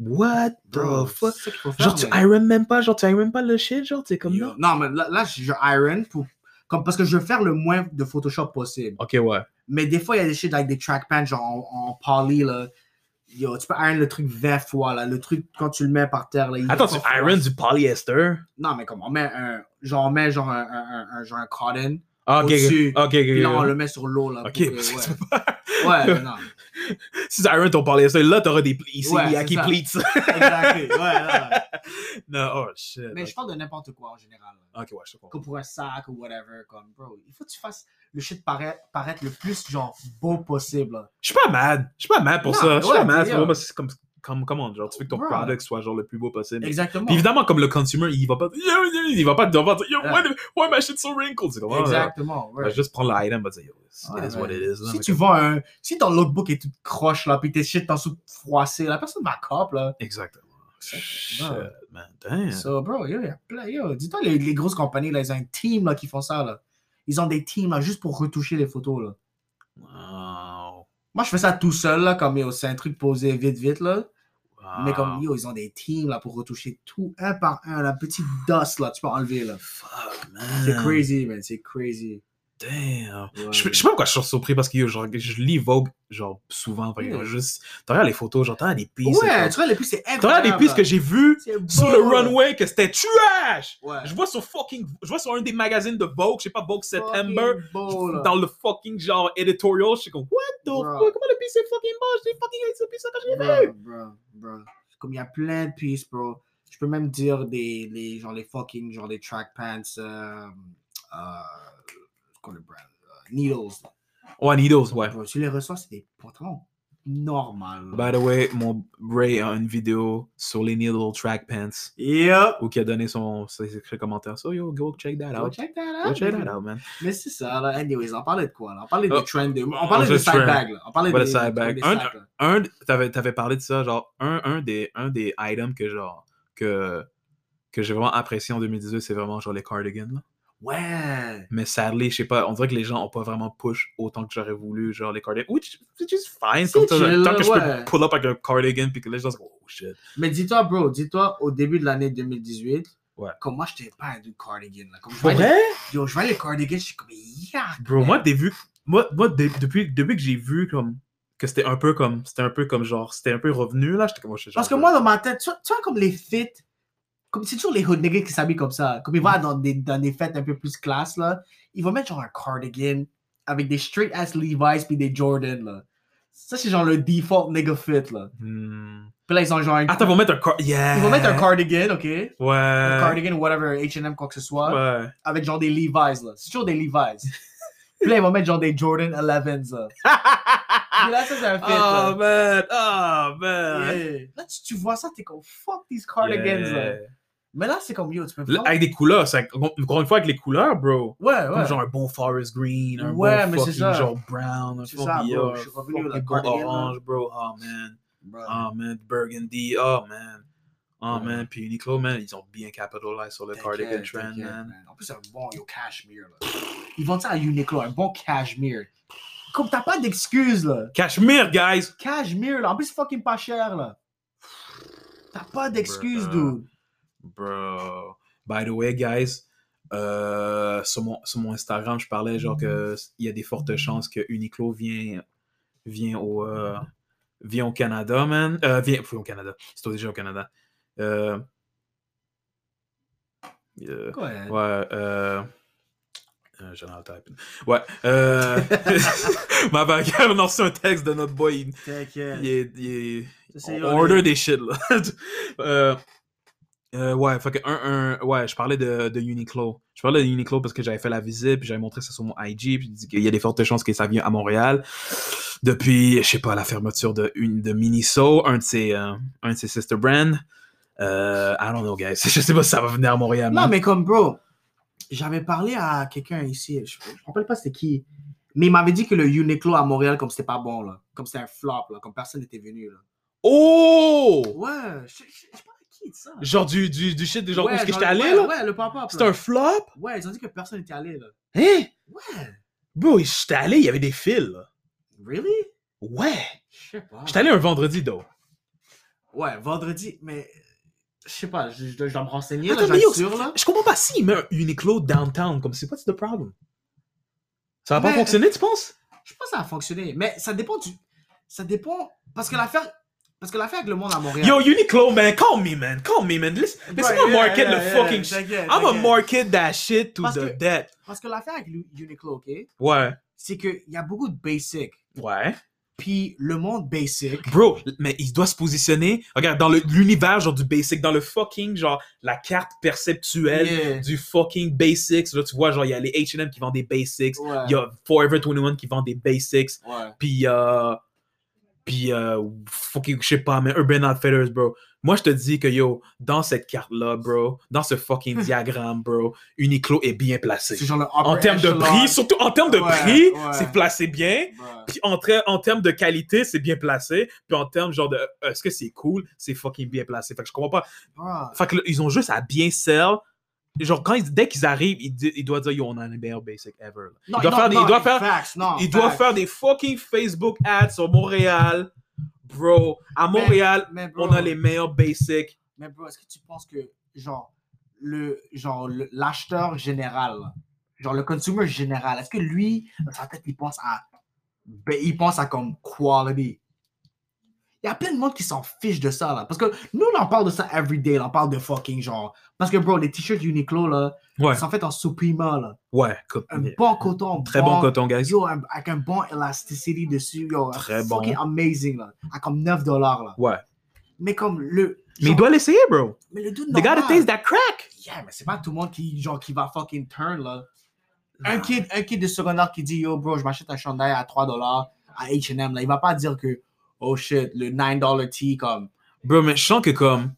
S1: What
S2: Bro,
S1: the fuck?
S2: c'est ça qu'il faut faire,
S1: Genre, tu
S2: mais-
S1: iron même pas, genre, tu iron même pas le shit, genre, t'es comme
S2: Yo.
S1: non.
S2: Non, mais là, là, je je iron pour... Comme, parce que je veux faire le moins de Photoshop possible.
S1: Ok, ouais.
S2: Mais des fois, il y a des shit, like, des track pans, genre en, en poly, là. Yo, tu peux iron le truc 20 fois, là. Le truc, quand tu le mets par terre, là. il
S1: Attends,
S2: est
S1: tu
S2: pas
S1: iron
S2: froid.
S1: du polyester?
S2: Non, mais comme, on met un... Genre, on met genre un, un, un- un- genre un cotton.
S1: Ah, ok,
S2: Au-dessus.
S1: ok, ok,
S2: Puis là,
S1: ok,
S2: on
S1: ok.
S2: le met sur l'eau, là.
S1: Ok,
S2: pour que-
S1: parce que tu
S2: ouais. ouais, mais non.
S1: Si tu iron ton polyester, là, t'auras des pli- ici,
S2: Ouais,
S1: il y a
S2: c'est
S1: qui
S2: ça.
S1: pleats.
S2: Exactly. Ouais, non.
S1: Non, oh shit.
S2: Mais je parle de n'importe quoi en général. là.
S1: Ok, ouais, je te comprends.
S2: Comme pour un sac ou whatever. Comme, bro, il faut que tu fasses le shit paraître, paraître le plus, genre, beau possible. là.
S1: Je suis pas mad. Je suis pas mad pour
S2: Non,
S1: ça. Je suis
S2: ouais,
S1: pas mad.
S2: c'est
S1: pour moi,
S2: bien.
S1: parce que c'est comme, comme, comment, genre, tu veux que ton
S2: Ouais.
S1: product soit genre le plus beau possible.
S2: Exactement.
S1: Puis évidemment, comme le consumer, il va pas, Yo, yo, il va pas, il va pas dire, yo,
S2: Ouais.
S1: why, why my shit so wrinkled? C'est comme, oh, ouais.
S2: Exactement.
S1: Il
S2: ouais.
S1: va juste prendre l'item, il va dire, yo, it
S2: Ouais,
S1: is
S2: ouais.
S1: what it is. là.
S2: Si
S1: Mais
S2: tu
S1: comme-
S2: vends un. Si ton lookbook est tout croche, là, pis tes shit t'en sous froissé, la personne va cop, là.
S1: Exactement. Shit,
S2: Ouais.
S1: man, damn.
S2: So, bro, yo, y a plein. Yo, dis-toi, les, les grosses compagnies, là, ils ont un team, là, qui font ça, là. Ils ont des teams, là, juste pour retoucher les photos, là.
S1: Wow.
S2: Moi, je fais ça tout seul, là, comme, yo, c'est un truc posé vite, vite, là.
S1: Wow.
S2: Mais comme, yo, ils ont des teams, là, pour retoucher tout, un par un, la petite dust, là, tu peux enlever, là.
S1: Fuck, man.
S2: C'est crazy, man, c'est crazy.
S1: Damn.
S2: Ouais,
S1: Ah. Je,
S2: man.
S1: je sais pas pourquoi je suis surpris parce que yo, genre, je lis Vogue genre souvent. Fait que,
S2: Ouais.
S1: genre, juste, t'en regardes les photos, genre, t'en as des pistes.
S2: Hmm. Ouais,
S1: genre,
S2: tu vois, les plus, c'est incroyable.
S1: t'en as des pistes que j'ai vues
S2: j'ai
S1: sur le runway que c'était trash.
S2: Ouais.
S1: Je vois sur fucking, je vois sur un des magazines de Vogue, je sais pas Vogue September,
S2: Fucking beau, là.
S1: dans le fucking genre editorial, je suis comme what the
S2: Bro.
S1: fuck, comment le piste est fucking moche, j'ai fucking haï ce piste quand je l'ai vu.
S2: Bro, bro, bro. Comme il y a plein de pistes, bro. Je peux même dire des, les, genre, les fucking, genre, des track pants, euh, euh, c'est quoi le brand? Euh, Needles. là.
S1: Ouais, Needles, ouais. Bah,
S2: Bro, tu les reçois, c'est des pantalons normales.
S1: By the way, mon Ray a une vidéo sur les Needle Track Pants
S2: Yep.
S1: ou qui a donné son ses, ses commentaires. So yo, go check that
S2: Go
S1: out.
S2: check that
S1: Go
S2: out.
S1: check
S2: baby.
S1: that out, man.
S2: Mais c'est ça, là. Anyways, on parlait de quoi, là? On parlait
S1: Oh.
S2: de trend. de-
S1: On
S2: On parlait
S1: se
S2: de side
S1: trend.
S2: bag, là. On parlait
S1: Ouais,
S2: de
S1: le side bag.
S2: Des
S1: Un-
S2: sacs, là.
S1: un d- t'avais t'avais parlé de ça genre un un des un des items que genre que que j'ai vraiment apprécié en 2018 c'est vraiment genre les cardigans là.
S2: Ouais.
S1: mais sadly je sais pas on dirait que les gens ont pas vraiment push autant que j'aurais voulu genre les cardigans which which is fine
S2: C'est
S1: comme ça,
S2: chill,
S1: tant que je
S2: ouais.
S1: peux pull up avec un cardigan puis que les gens sont comme, oh shit
S2: Mais dis-toi, bro, dis-toi, au début de l'année 2018,
S1: Ouais.
S2: comme moi, j'étais pas un dude cardigan, là. Comme je
S1: Pour
S2: voyais-
S1: vrai
S2: Yo, je vois les cardigans, je suis comme, yeah!
S1: bro moi début moi moi dé- depuis depuis que j'ai vu comme que c'était un peu comme c'était un peu comme genre c'était un peu revenu là j'étais comme oh shit,
S2: Parce
S1: j'en
S2: que
S1: veux.
S2: moi, dans ma tête, tu vois, tu vois comme les fêtes, comme c'est toujours les hood niggas qui s'habillent comme ça. Comme ils vont
S1: Mm.
S2: dans des, dans des fêtes un peu plus classe, là, ils vont mettre genre un cardigan avec des straight ass Levi's puis des Jordan, là. Ça, c'est genre le default nigga fit, là.
S1: Hmm.
S2: Puis là, ils ont genre un.
S1: attends ils vont mettre un car yeah
S2: ils vont
S1: Euh,
S2: mettre un cardigan, ok?
S1: ouais
S2: Un cardigan, whatever, HM, quoi que ce soit,
S1: euh, ouais
S2: avec genre des Levi's, là. C'est toujours des Levi's. puis là, ils vont mettre genre des Jordan 11s, là. Puis là, ça, c'est un fit, là.
S1: Oh man, oh man.
S2: Yeah. Là, tu, tu vois ça, t'es comme fuck these cardigans.
S1: Yeah.
S2: Là. Mais là, c'est comme yo, tu peux
S1: Là,
S2: vraiment-
S1: Avec des couleurs, c'est encore une fois avec les couleurs, bro.
S2: Ouais,
S1: Comme
S2: ouais.
S1: genre un bon forest green, un
S2: Ouais,
S1: bon
S2: mais c'est
S1: fucking
S2: ça.
S1: genre brown, un
S2: C'est ça,
S1: fucking
S2: bro,
S1: euh,
S2: je suis revenu au
S1: fucking bon
S2: cardigan, là.
S1: orange, bro. Oh man,
S2: Bro,
S1: oh man, burgundy, oh man. Oh
S2: Ouais.
S1: man, puis Uniqlo, man, ils ont bien capitalisé sur le
S2: t'inquiète,
S1: cardigan trend,
S2: t'inquiète,
S1: man.
S2: En plus, c'est un bon yo, cashmere. Là. Ils vendent ça à Uniqlo, un bon cashmere. Comme t'as pas d'excuses, là.
S1: Cashmere, guys!
S2: Cashmere, là. En plus, fucking pas cher, là. T'as pas d'excuses,
S1: Bruh.
S2: dude.
S1: Bro. By the way, guys, euh, sur, mon, sur mon Instagram, je parlais genre que s- il y a des fortes chances que Uniqlo vient, vient, au, euh, vient au Canada, man. Euh, vient, pff, au Canada. C'est déjà au Canada. Euh, euh,
S2: Quoi?
S1: ouais. Euh, euh, j'en ai le type. Ouais. Euh, ma bagarre, on a reçu un texte de notre boy. Il, il
S2: T'inquiète.
S1: est- il est,
S2: Ça, c'est,
S1: on
S2: yo,
S1: on order
S2: les-
S1: des shit, là. Euh, euh, ouais, fait que un, un, ouais, je parlais de, de Uniqlo. Je parlais de Uniqlo parce que j'avais fait la visite, puis j'avais montré ça sur mon IG, puis j'ai dit qu'il y a des fortes chances que ça vient à Montréal. Depuis, je sais pas, la fermeture de, une, de Miniso, un de ses, euh, un de ses sister brands. Euh, I don't know, guys. Je sais pas si ça va venir à Montréal.
S2: Non,
S1: man.
S2: mais comme, bro, j'avais parlé à quelqu'un ici, je je me rappelle pas c'était qui, mais il m'avait dit que le Uniqlo à Montréal, comme c'était pas bon, là. Comme c'était un flop, là. Comme personne n'était venu, là.
S1: Oh!
S2: Ouais, je, je, je sais pas à qui dit ça.
S1: Genre du, du, du shit, de genre
S2: Ouais,
S1: où est-ce que
S2: genre
S1: j'étais
S2: le-
S1: allé,
S2: ouais,
S1: là?
S2: Ouais, le pop-up.
S1: C'était un flop?
S2: un... Ouais, ils ont dit que personne n'était allé, là.
S1: Hein?
S2: Ouais.
S1: Bro, j'étais allé, il y avait des fils. là.
S2: Really?
S1: Ouais!
S2: Je sais pas.
S1: J'étais allé un vendredi, though.
S2: Ouais, vendredi, mais je sais pas, je, je dois je dois me renseigner,
S1: Attends,
S2: là,
S1: mais yo,
S2: j'assure, là.
S1: Je comprends pas s'il met un Uniqlo downtown, comme c'est what's the problem? Ça va pas
S2: Mais-
S1: fonctionner, tu penses?
S2: Je pense que ça a fonctionné, mais ça dépend du... Ça dépend... Parce que l'affaire... Parce que l'affaire avec le monde à Montréal...
S1: Yo, Uniqlo, man, call me, man, call me, man. Listen,
S2: Ouais,
S1: listen, I'm
S2: yeah,
S1: market
S2: yeah,
S1: the
S2: yeah,
S1: fucking shit.
S2: t'inquiète,
S1: I'm a
S2: t'inquiète.
S1: market that shit to
S2: Parce
S1: the
S2: que-
S1: death.
S2: Parce que l'affaire avec Lu- Uniqlo, OK,
S1: Ouais.
S2: c'est qu'il y a beaucoup de basic.
S1: Ouais.
S2: Puis le monde basic...
S1: Bro, mais il doit se positionner, regarde, dans le- l'univers, genre, du basic, dans le fucking, genre, la carte perceptuelle
S2: yeah,
S1: du fucking basics. Là, tu vois, genre, il y a les H&M qui vendent des basics.
S2: ouais,
S1: Il y a Forever 21 qui vend des basics.
S2: ouais.
S1: Puis, euh, puis euh, fucking, je sais pas, mais Urban Outfitters, bro. Moi, je te dis que, yo, dans cette carte-là, bro, dans ce fucking diagramme, bro, Uniqlo est bien placé.
S2: Hmm. C'est genre le
S1: En
S2: upper
S1: termes de
S2: echelon.
S1: prix, surtout en termes de
S2: Ouais,
S1: prix,
S2: ouais.
S1: c'est placé bien.
S2: Ouais.
S1: Puis en, tra- en termes de qualité, c'est bien placé. Puis en termes genre de euh, est-ce que c'est cool, c'est fucking bien placé. Fait que je comprends pas.
S2: Ah,
S1: Fait que là, ils ont juste à bien sell. Genre, quand ils- dès qu'ils arrivent, ils, di- ils doivent dire Yo, on a le meilleur basic ever. là.
S2: non,
S1: il doit
S2: non,
S1: faire des- il
S2: non,
S1: doit faire-
S2: facts, non,
S1: Ils doivent
S2: facts.
S1: faire des fucking Facebook ads sur Montréal. Bro, à Montréal,
S2: Mais Ben, bro,
S1: on a les meilleurs basics.
S2: Mais bro, est-ce que tu penses que, genre, le, genre, le- l'acheteur général, là, genre, le consumer général, est-ce que lui, dans sa tête, il pense à, ben, il pense à comme quality? Il y a plein de monde qui s'en fiche de ça, là. Parce que nous, on en parle de ça everyday, là. On parle de fucking, genre. Parce que, bro, les t-shirts Uniqlo, là,
S1: Ouais,
S2: ils sont faits en Suprema, là.
S1: ouais. co-
S2: Un bon coton.
S1: Très bon coton, guys.
S2: Yo, un- avec un bon elasticity dessus, yo.
S1: Très bon.
S2: fucking amazing, là. À comme 9 dollars, là.
S1: Ouais.
S2: Mais comme le.
S1: Mais
S2: genre,
S1: il doit l'essayer, bro.
S2: mais le dude
S1: They gotta
S2: normal.
S1: taste that crack.
S2: Yeah, mais c'est pas tout le monde qui, genre, qui va fucking turn, là. Un kid, un kid de secondaire qui dit, yo, bro, je m'achète un chandail à 3$ à H&M, là, il va pas dire que, oh shit, le 9$ tee, comme,
S1: Bro, mais je sens que comme,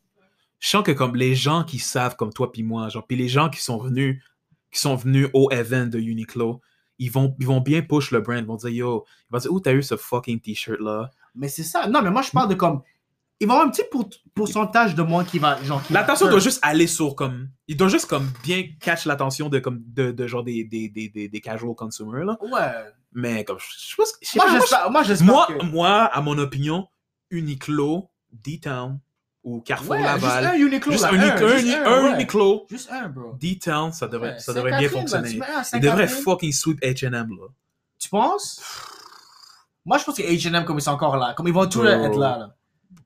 S1: je sens que comme les gens qui savent comme toi puis moi, genre, puis les gens qui sont venus, qui sont venus au event de Uniqlo, ils vont, ils vont bien push le brand, ils vont dire yo, ils vont dire où t'as eu ce fucking t-shirt là.
S2: mais c'est ça. Non, mais moi, je parle de comme, il va y avoir un petit pour- pourcentage de monde qui va, genre, qui va
S1: L'attention
S2: turn.
S1: doit juste aller sur comme, ils doivent juste comme bien catch l'attention de comme de, de genre des, des, des, des, des casual consumers là.
S2: Ouais.
S1: Mais comme, je je pense, que- je sais
S2: Moi,
S1: pas, moi,
S2: j'espère, moi,
S1: je-
S2: j'espère
S1: moi,
S2: que...
S1: moi, à mon opinion, Uniqlo, D-Town ou Carrefour
S2: Ouais,
S1: Laval,
S2: juste un Uniqlo,
S1: juste
S2: là,
S1: un, Uniqlo-
S2: juste
S1: un- un
S2: ouais.
S1: Uniqlo.
S2: Juste un, bro.
S1: D-Town, ça devrait,
S2: Ouais, ben,
S1: ça devrait bien
S2: 5 Catherine, là, tu
S1: fonctionner.
S2: mets un
S1: Il
S2: 5
S1: devrait
S2: Catherine.
S1: fucking sweep H&M, là.
S2: Tu penses? Moi, je pense que H&M, comme ils sont encore là, comme ils vont tous être là, là.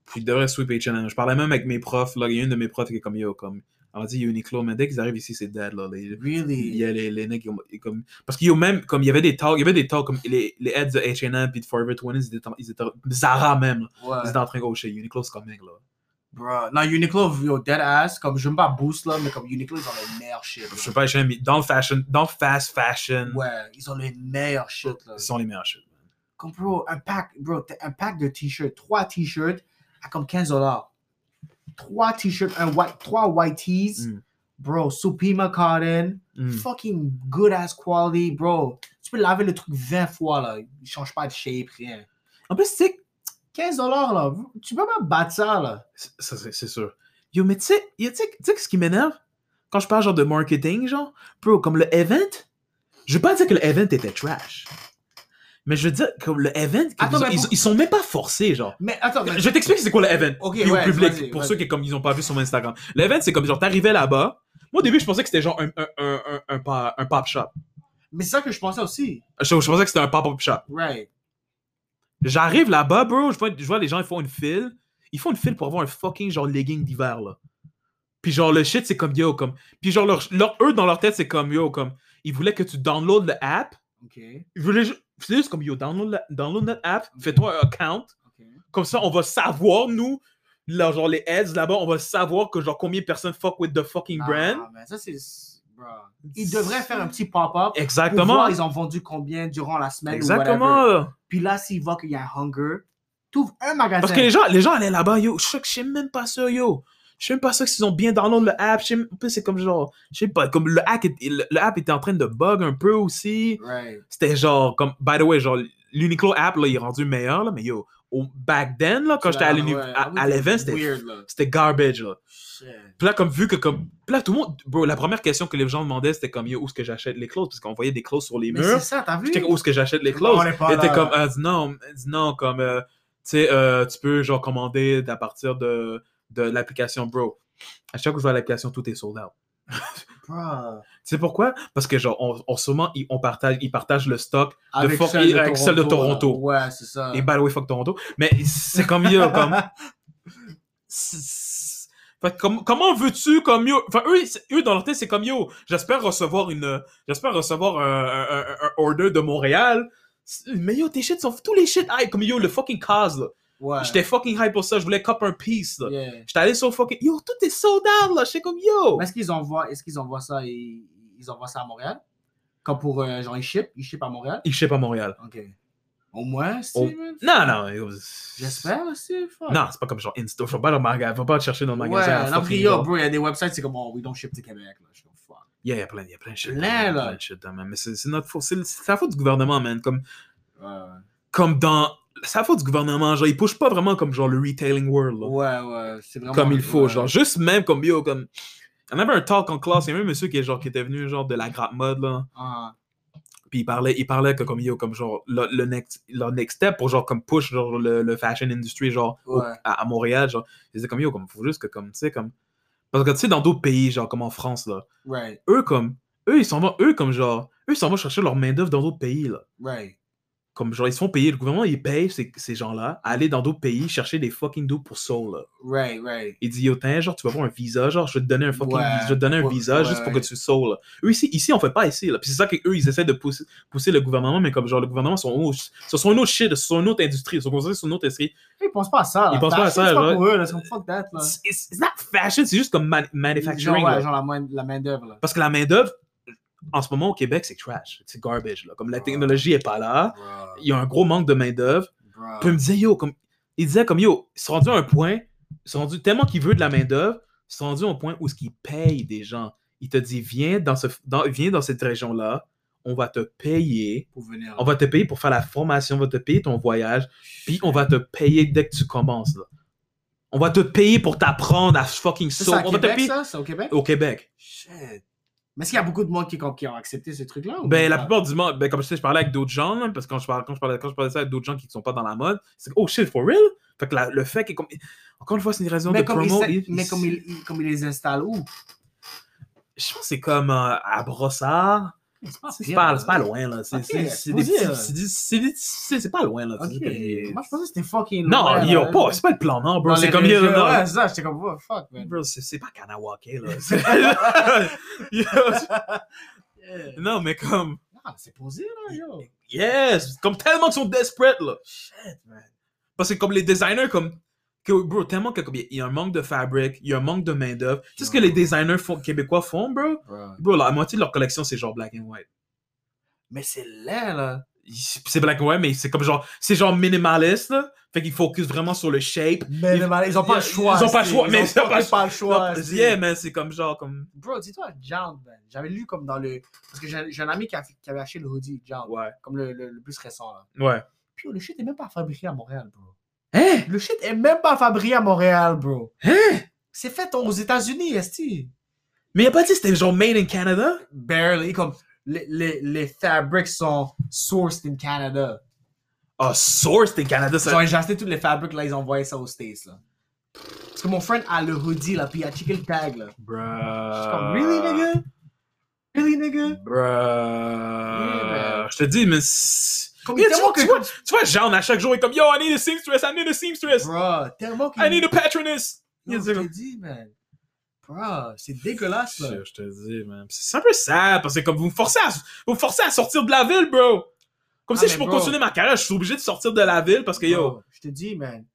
S1: Puis il devrait sweep H&M. Je parlais même avec mes profs, là. Il y a une de mes profs qui est comme, yo, comme... Elle m'a dit Uniqlo, mais dès qu'ils arrivent ici, c'est dead, là. Les-
S2: Really?
S1: il y a les, les nègres qui ont- et comme... Parce qu'il y a même, comme, il y avait des talks, il y avait des talks, comme, les, les heads de H&M puis de Forever 20, ils étaient, en- ils étaient en- Zara même, là,
S2: Ouais.
S1: ils étaient en train de go chez Uniqlo, c'est comme, mec, là.
S2: Bro, non, Uniqlo, yo, dead ass, comme je me bats Boost là, mais comme Uniqlo, ils ont le meilleur shit. là.
S1: Je sais pas, H&M, mais dans le fashion, dans le fast fashion,
S2: Ouais, ils ont le meilleur shit là.
S1: ils sont les meilleurs shit.
S2: Comme bro, un pack, bro, t'as un pack de t-shirts, trois t-shirts à comme 15 dollars. Trois t-shirts, un white, trois white tees.
S1: Mm.
S2: Bro, Supima Cotton,
S1: Mm.
S2: fucking good ass quality, bro. Tu peux laver le truc 20 fois là, il change pas de shape, rien.
S1: En plus, tu sais,
S2: 15 dollars là, tu peux pas battre ça là.
S1: Ça, c'est c'est sûr. Yo, mais tu sais, y a- tu sais- tu sais ce qui m'énerve? Quand je parle genre de marketing, genre, bro, comme le event, je veux pas dire que le event était trash. Mais je veux dire, comme le event, que
S2: Attends,
S1: ils,
S2: mais
S1: ils-
S2: pour-
S1: ils sont même pas forcés, genre.
S2: Mais attends, mais.
S1: Je t'explique c'est quoi le event.
S2: Ok,
S1: puis au
S2: ouais, vas-y,
S1: public, pour
S2: vas-y.
S1: ceux qui comme ils ont pas vu sur mon Instagram. Le event, c'est comme genre, t'arrivais là-bas. Moi, au début, je pensais que c'était genre un, un, un, un, un pa- un pop shop.
S2: Mais c'est ça que je pensais aussi.
S1: Je, je pensais que c'était un pop-up shop.
S2: Right.
S1: J'arrive là-bas, bro, je vois, je vois les gens, ils font une file. Ils font une file pour avoir un fucking genre legging d'hiver, là. Puis genre, le shit, c'est comme yo, comme. Puis genre, leur, leur- eux, dans leur tête, c'est comme yo, comme. Ils voulaient que tu downloads le app.
S2: Ok,
S1: Ils voulaient ju- C'est juste comme yo, download, la- download notre app, fais-toi un account.
S2: ok.
S1: Comme ça, on va savoir, nous, là, genre les heads là-bas, on va savoir que genre combien de personnes fuck with the fucking brand.
S2: Ah, mais ça, c'est. bro. Ils devraient faire un petit pop-up. Pour
S1: Exactement.
S2: voir, ils ont vendu combien durant la semaine ou whatever.
S1: Exactement.
S2: Puis là, s'ils voient qu'il y a un hunger, t'ouvres un magasin.
S1: Parce que les gens, les gens allaient là-bas, yo, je sais que je suis même pas sûr, yo. Je suis même pas sûr qu'ils ont bien download le app. Je sais même- en plus, c'est comme genre, je sais pas, comme le, hack est- le, le app était en train de bug un peu aussi.
S2: Right.
S1: C'était genre, comme, by the way, genre, l'Uniqlo app, là, il est rendu meilleur, là, mais yo, au, back then, là, quand j'étais à l'uni-
S2: Ouais, ah
S1: à,
S2: oui,
S1: à
S2: c'est
S1: l'event, c'était,
S2: Weird, là.
S1: c'était garbage, là.
S2: Shit.
S1: Puis là, comme, vu que, comme, puis là, tout le monde, bro, la première question que les gens demandaient, c'était comme, yo, où est-ce que j'achète les clothes? Parce qu'on voyait des clothes sur les
S2: Mais
S1: murs.
S2: c'est ça, t'as vu?
S1: J'étais comme, ah, où est-ce que j'achète les
S2: Non,
S1: clothes?
S2: on est pas
S1: Elle était
S2: là.
S1: comme, elle dit non, elle dit non, comme, euh, tu sais, euh, tu peux genre commander à partir de, de l'application Bro. À chaque fois que je vois l'application, tout est sold out.
S2: Bruh.
S1: Tu sais pourquoi? Parce que genre, on, en ce moment, ils, on partage, ils partagent le stock de
S2: Avec
S1: Fort-
S2: celle de
S1: avec celle de
S2: Toronto.
S1: Toronto.
S2: là. Ouais, c'est ça.
S1: Et by the way, fuck Toronto. Mais c'est comme yo, comme. c'est- c'est- Fait que comme- comment veux-tu comme yo enfin eux c'est- eux dans leur tête c'est comme yo j'espère recevoir une j'espère recevoir un, un- un- un order de Montréal C'est- mais yo tes shit sont tous les shit hype comme yo le fucking cause là
S2: Ouais.
S1: j'étais fucking hype pour ça je voulais cop un piece là
S2: Yeah.
S1: j'étais allé sur fucking yo tout est sold out là j'étais comme yo
S2: Mais est-ce qu'ils envoient, est-ce qu'ils envoient ça, et- ils envoient ça à Montréal? Comme pour, euh, genre, ils ship, ils ship à Montréal?
S1: il ship à Montréal
S2: Ok. Au moins, c'est...
S1: Au- non non yo,
S2: J'espère aussi. fuck.
S1: non c'est pas comme genre insta faut pas le magasin faut pas le chercher dans le magasin à
S2: Ouais, non,
S1: fucking
S2: puis yo,
S1: go.
S2: bro, il y a des websites, c'est comme, oh, we don't ship to Québec, là. Je suis comme, fuck.
S1: Yeah, il y a plein, il y a plein de shit.
S2: Plein,
S1: man, il y a
S2: là.
S1: Plein de shit, man. Mais c'est c'est notre faute. C'est le- c'est la faute du gouvernement, man. Comme,
S2: Ouais, ouais.
S1: comme dans. C'est la faute du gouvernement. Genre, ils pushent pas vraiment comme genre le retailing world. là,
S2: Ouais, ouais, c'est vraiment...
S1: comme il faut.
S2: ouais.
S1: Genre, juste même comme bio. Comme... On avait un talk en classe. Il y avait un monsieur qui, est, genre, qui était venu genre de la grappe mode. Là,
S2: Ah,
S1: puis il parlait, il parlait que comme yo, comme genre le, le next, leur next step pour genre comme push genre, le, le fashion industry genre au-
S2: Ouais.
S1: à, à Montréal. Genre, ils disaient comme yo, comme faut juste que comme, tu sais, comme. Parce que tu sais, dans d'autres pays, genre comme en France, là,
S2: right,
S1: eux comme. Eux, ils s'en vont, eux comme genre. Eux, ils s'en vont chercher leur main-d'œuvre dans d'autres pays, là.
S2: right.
S1: comme genre ils se font payer, le gouvernement il paye ces, ces gens-là à aller dans d'autres pays chercher des fucking dos pour soul. Là.
S2: Right, right.
S1: Il dit yo t'as, genre tu vas avoir un visa, genre je vais te donner un fucking
S2: Ouais,
S1: visa, je vais te donner un
S2: ouais,
S1: visa juste pour que
S2: ouais.
S1: tu soul. là. Eux ici, ici on fait pas ici là. Puis c'est ça que eux ils essaient de pousser, pousser le gouvernement, mais comme genre le gouvernement sont oh, ce sont une autre shit, ce sont une autre industrie, ils sont concentrés sur une autre industrie.
S2: Ils pensent pas à ça, là.
S1: Ils pensent pas à ça,
S2: C'est
S1: genre.
S2: pas pour eux, là. C'est comme, fuck that, là.
S1: It's, it's- it's not fashion, c'est juste comme man- manufacturing.
S2: Genre, ouais,
S1: là.
S2: genre la main, la main d'œuvre, là.
S1: Parce que la main d'œuvre en ce moment au Québec c'est trash, c'est garbage là. Comme la
S2: Ouais.
S1: technologie est pas là, il y a un gros manque de main d'œuvre.
S2: Bro.
S1: Puis il me disait, yo, comme, il disait comme, yo, ils sont rendus à un point, ils sont rendus tellement qu'il veut de la main-d'œuvre, ils sont rendus à un point où ce qu'ils payent des gens. Il te dit, viens dans, ce, dans- viens dans cette région-là, on va te payer,
S2: Pour venir.
S1: on va te payer pour faire la formation, on va te payer ton voyage, Oh, puis on va te payer dès que tu commences. là. On va te payer pour t'apprendre à fucking
S2: Ça,
S1: sauter.
S2: C'est à
S1: on va te
S2: Québec,
S1: payer
S2: ça? C'est au Québec?
S1: au Québec.
S2: Shit. Mais est-ce qu'il y a beaucoup de monde qui, qui ont accepté ce truc-là? ou
S1: Ben, la
S2: pas?
S1: plupart du monde, ben, comme je sais, je parlais avec d'autres gens, là, parce que quand je parlais, quand je parlais, quand je parlais de ça avec d'autres gens qui ne sont pas dans la mode, c'est oh shit, for real? Fait que la- le fait que, comme, encore une fois, c'est une raison
S2: mais
S1: de
S2: comme,
S1: promo.
S2: ils,
S1: il-
S2: mais
S1: il-
S2: comme, ils, ils- comme ils les installent où?
S1: Je pense que c'est comme euh, à Brossard. C'est pas, c'est pas loin, là. C'est
S2: Ok,
S1: c'est- c'est
S2: faut
S1: des
S2: dire.
S1: petits- c'est des- c'est des- c'est- c'est pas loin, là.
S2: Ok.
S1: C'est des-
S2: Moi, je pensais que c'était fucking.
S1: Non,
S2: loin,
S1: yo,
S2: là.
S1: pas, c'est pas le plan, non, bro.
S2: euh, Dans
S1: C'est
S2: les
S1: comme,
S2: régions,
S1: yo, non.
S2: Ouais, c'est ça, j'étais comme, oh, fuck, man.
S1: Bro, c'est c'est pas Kanawake, là. C'est- Yo, c'est-
S2: Yeah.
S1: non, mais comme,
S2: Ah, c'est posé, là, yo.
S1: yes, comme tellement qu'ils sont desperate, là.
S2: Shit, man.
S1: Parce que comme les designers, comme. que, bro, tellement que comme il y a un manque de fabric, il y a un manque de main-d'œuvre. Tu sais ce que les designers font- québécois font, bro? Bro, la moitié de leur collection, c'est genre black and white.
S2: Mais c'est laid, là.
S1: Il- C'est black and white, mais c'est comme genre. C'est genre minimaliste, là. Fait qu'ils focus vraiment sur le shape.
S2: Mais
S1: Ils-
S2: les malades, ils ont pas le
S1: ils-
S2: choix.
S1: ils ont pas le
S2: c'est-
S1: choix, mais ils ont pas le
S2: pas
S1: Genre,
S2: le choix. c'est-
S1: yeah, man, c'est comme genre. comme
S2: Bro, dis-toi, Jant, man. J'avais lu comme dans le. Parce que j'ai j'ai un ami qui, a- qui avait acheté le hoodie, Jant.
S1: Ouais.
S2: Comme le, le, le plus récent, là.
S1: Ouais.
S2: Puis le shit est même pas fabriqué à Montréal, bro.
S1: Hein?
S2: Le shit est même pas fabriqué à Montréal, bro.
S1: Hein?
S2: C'est fait aux États-Unis, esti.
S1: Mais il a pas dit que c'était genre made in Canada?
S2: Barely. Comme les, les, les fabrics sont sourced in Canada.
S1: Ah, sourced in Canada, ça.
S2: Genre, j'ai acheté tous les fabrics, là, ils ont envoyé ça aux States, là. Parce que mon friend a le hoodie, là, puis il a checké le tag, là.
S1: Bruh.
S2: Je suis
S1: Euh.
S2: comme, really, nigga? Really, nigga?
S1: Bruh.
S2: Yeah, man.
S1: Je te dis, mais. c'est-
S2: Comme
S1: Yeah, tu,
S2: tellement
S1: vois,
S2: que.
S1: tu, vois, tu vois, Jean, à chaque jour, il est comme Yo, I need a seamstress, I need a seamstress,
S2: Bro, tellement que.
S1: I need a patroness.
S2: Non,
S1: Yeah,
S2: je
S1: c'est
S2: te
S1: comme-
S2: dis, man. Bro, c'est dégueulasse, là.
S1: Je, je te dis, man. Puis C'est un peu sad parce que comme vous me forcez à, vous me forcez à sortir de la ville, bro. Comme
S2: Ah,
S1: si
S2: mais
S1: je pour
S2: bro.
S1: continuer ma carrière, je suis obligé de sortir de la ville parce que yo.
S2: Bro, je te dis, man.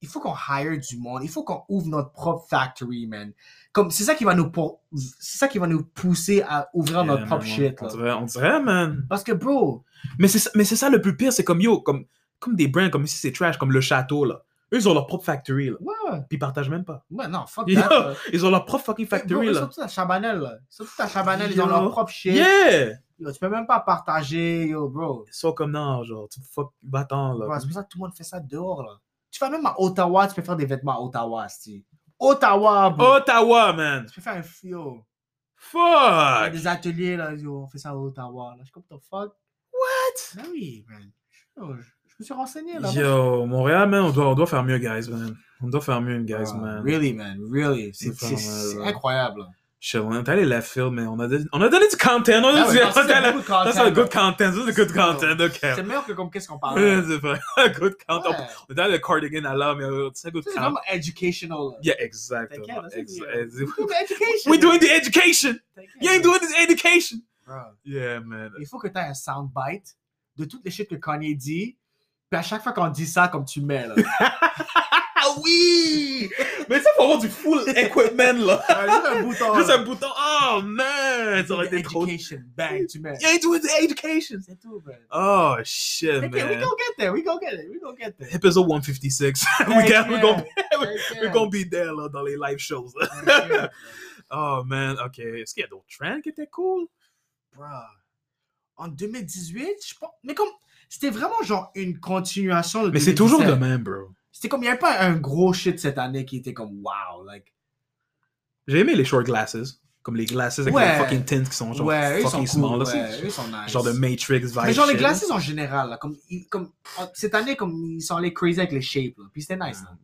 S2: Il faut qu'on hire du monde. Il faut qu'on ouvre notre propre factory, man. Comme, c'est ça qui va nous, pour- c'est ça qui va nous pousser à ouvrir
S1: Yeah,
S2: notre
S1: man,
S2: propre
S1: on-
S2: shit,
S1: On
S2: là.
S1: dirait, on dirait, man.
S2: Parce que, bro,
S1: Mais c'est ça, mais c'est ça le plus pire, c'est comme yo, comme, comme des brands, comme ici c'est trash, comme le château là. Eux ils ont leur propre factory là.
S2: ouais,
S1: Puis ils partagent même pas.
S2: ouais, non, fuck
S1: Yo,
S2: that, là.
S1: Ils ont leur propre fucking
S2: Bro,
S1: factory
S2: ils sont
S1: là.
S2: tous à Chabanel, là. Ils sont tous à Chabanel, ils
S1: Yo.
S2: ont leur propre shit.
S1: Yeah!
S2: Yo, tu peux même pas partager, yo, bro.
S1: Ils sont comme non, genre, tu fuck, va-t'en là.
S2: Bro, c'est pour ça que tout le monde fait ça dehors, là. Tu vas même à Ottawa, tu peux faire des vêtements à Ottawa, si. Ottawa, bro.
S1: Ottawa, man.
S2: Tu peux faire un fio. Il y a
S1: Fuck!
S2: des ateliers, là, yo, on fait ça à Ottawa. Là. Je suis comme, the fuck? What? Ben oui, man. Yo, je- Je me suis renseigné là.
S1: Yo, Montréal, man, on doit, on doit faire mieux, guys, man. On doit faire mieux, guys,
S2: Ah,
S1: man.
S2: Really, man, really. C'est
S1: C'est pas mal,
S2: c'est
S1: là.
S2: incroyable.
S1: Shit, on est allé left field, mais on a, donné- on a donné du content. On a
S2: Ah
S1: donné
S2: ouais,
S1: du
S2: parce que
S1: content.
S2: beaucoup de content,
S1: Ça, c'est un
S2: là.
S1: good content. Ça, c'est good content. OK.
S2: C'est meilleur que comme qu'est-ce qu'on parle. là.
S1: C'est vrai. Un good content.
S2: Ouais.
S1: On est allé le cardigan à l'homme, mais euh, c'est un good
S2: Ça, C'est
S1: content.
S2: vraiment educational. là.
S1: Yeah,
S2: T'inquiète,
S1: exactement.
S2: là, c'est
S1: Exa-
S2: bien.
S1: ex-
S2: Tout est education.
S1: We're doing the education.
S2: T'inquiète.
S1: You ain't doing this education.
S2: Bro,
S1: Yeah, man.
S2: Il faut que tu aies un soundbite de toutes les shit que Kanye dit. Puis à chaque fois qu'on dit ça, comme tu mets là.
S1: Ah oui! Mais ça, faut avoir du full equipment, là.
S2: Ouais, Juste un bouton.
S1: Juste
S2: là.
S1: un bouton. Oh, man! Ça aurait été trop. You
S2: Education, bang, tu mets.
S1: ain't doing the education.
S2: C'est tout, bro.
S1: Oh, shit,
S2: Okay, we
S1: man.
S2: gonna get there, we gonna get it, we gonna get there.
S1: Episode 156. we got, we're gonna,
S2: We're
S1: we're gonna be there, là, dans les live shows. là. Oh, man. OK. Est-ce qu'il y a d'autres trends qui étaient cool?
S2: Bruh. En 2018, je pense. Mais comme. C'était vraiment genre une continuation de.
S1: Mais c'est toujours de
S2: 2017.
S1: même, bro.
S2: C'était comme. Il n'y avait pas un gros shit cette année qui était comme wow. Like,
S1: J'ai aimé les short glasses. Comme les glasses avec les
S2: Ouais.
S1: fucking tints qui sont genre
S2: ouais, eux ils sont
S1: fucking
S2: cool.
S1: small. là.
S2: ouais,
S1: C'est
S2: eux ils sont nice.
S1: Genre de Matrix vibe.
S2: Mais genre les
S1: shit.
S2: glaces en général, là, comme, ils- comme, en- cette année, comme ils sont allés crazy avec les shapes. Là. Puis c'était
S1: Hmm.
S2: nice. Là.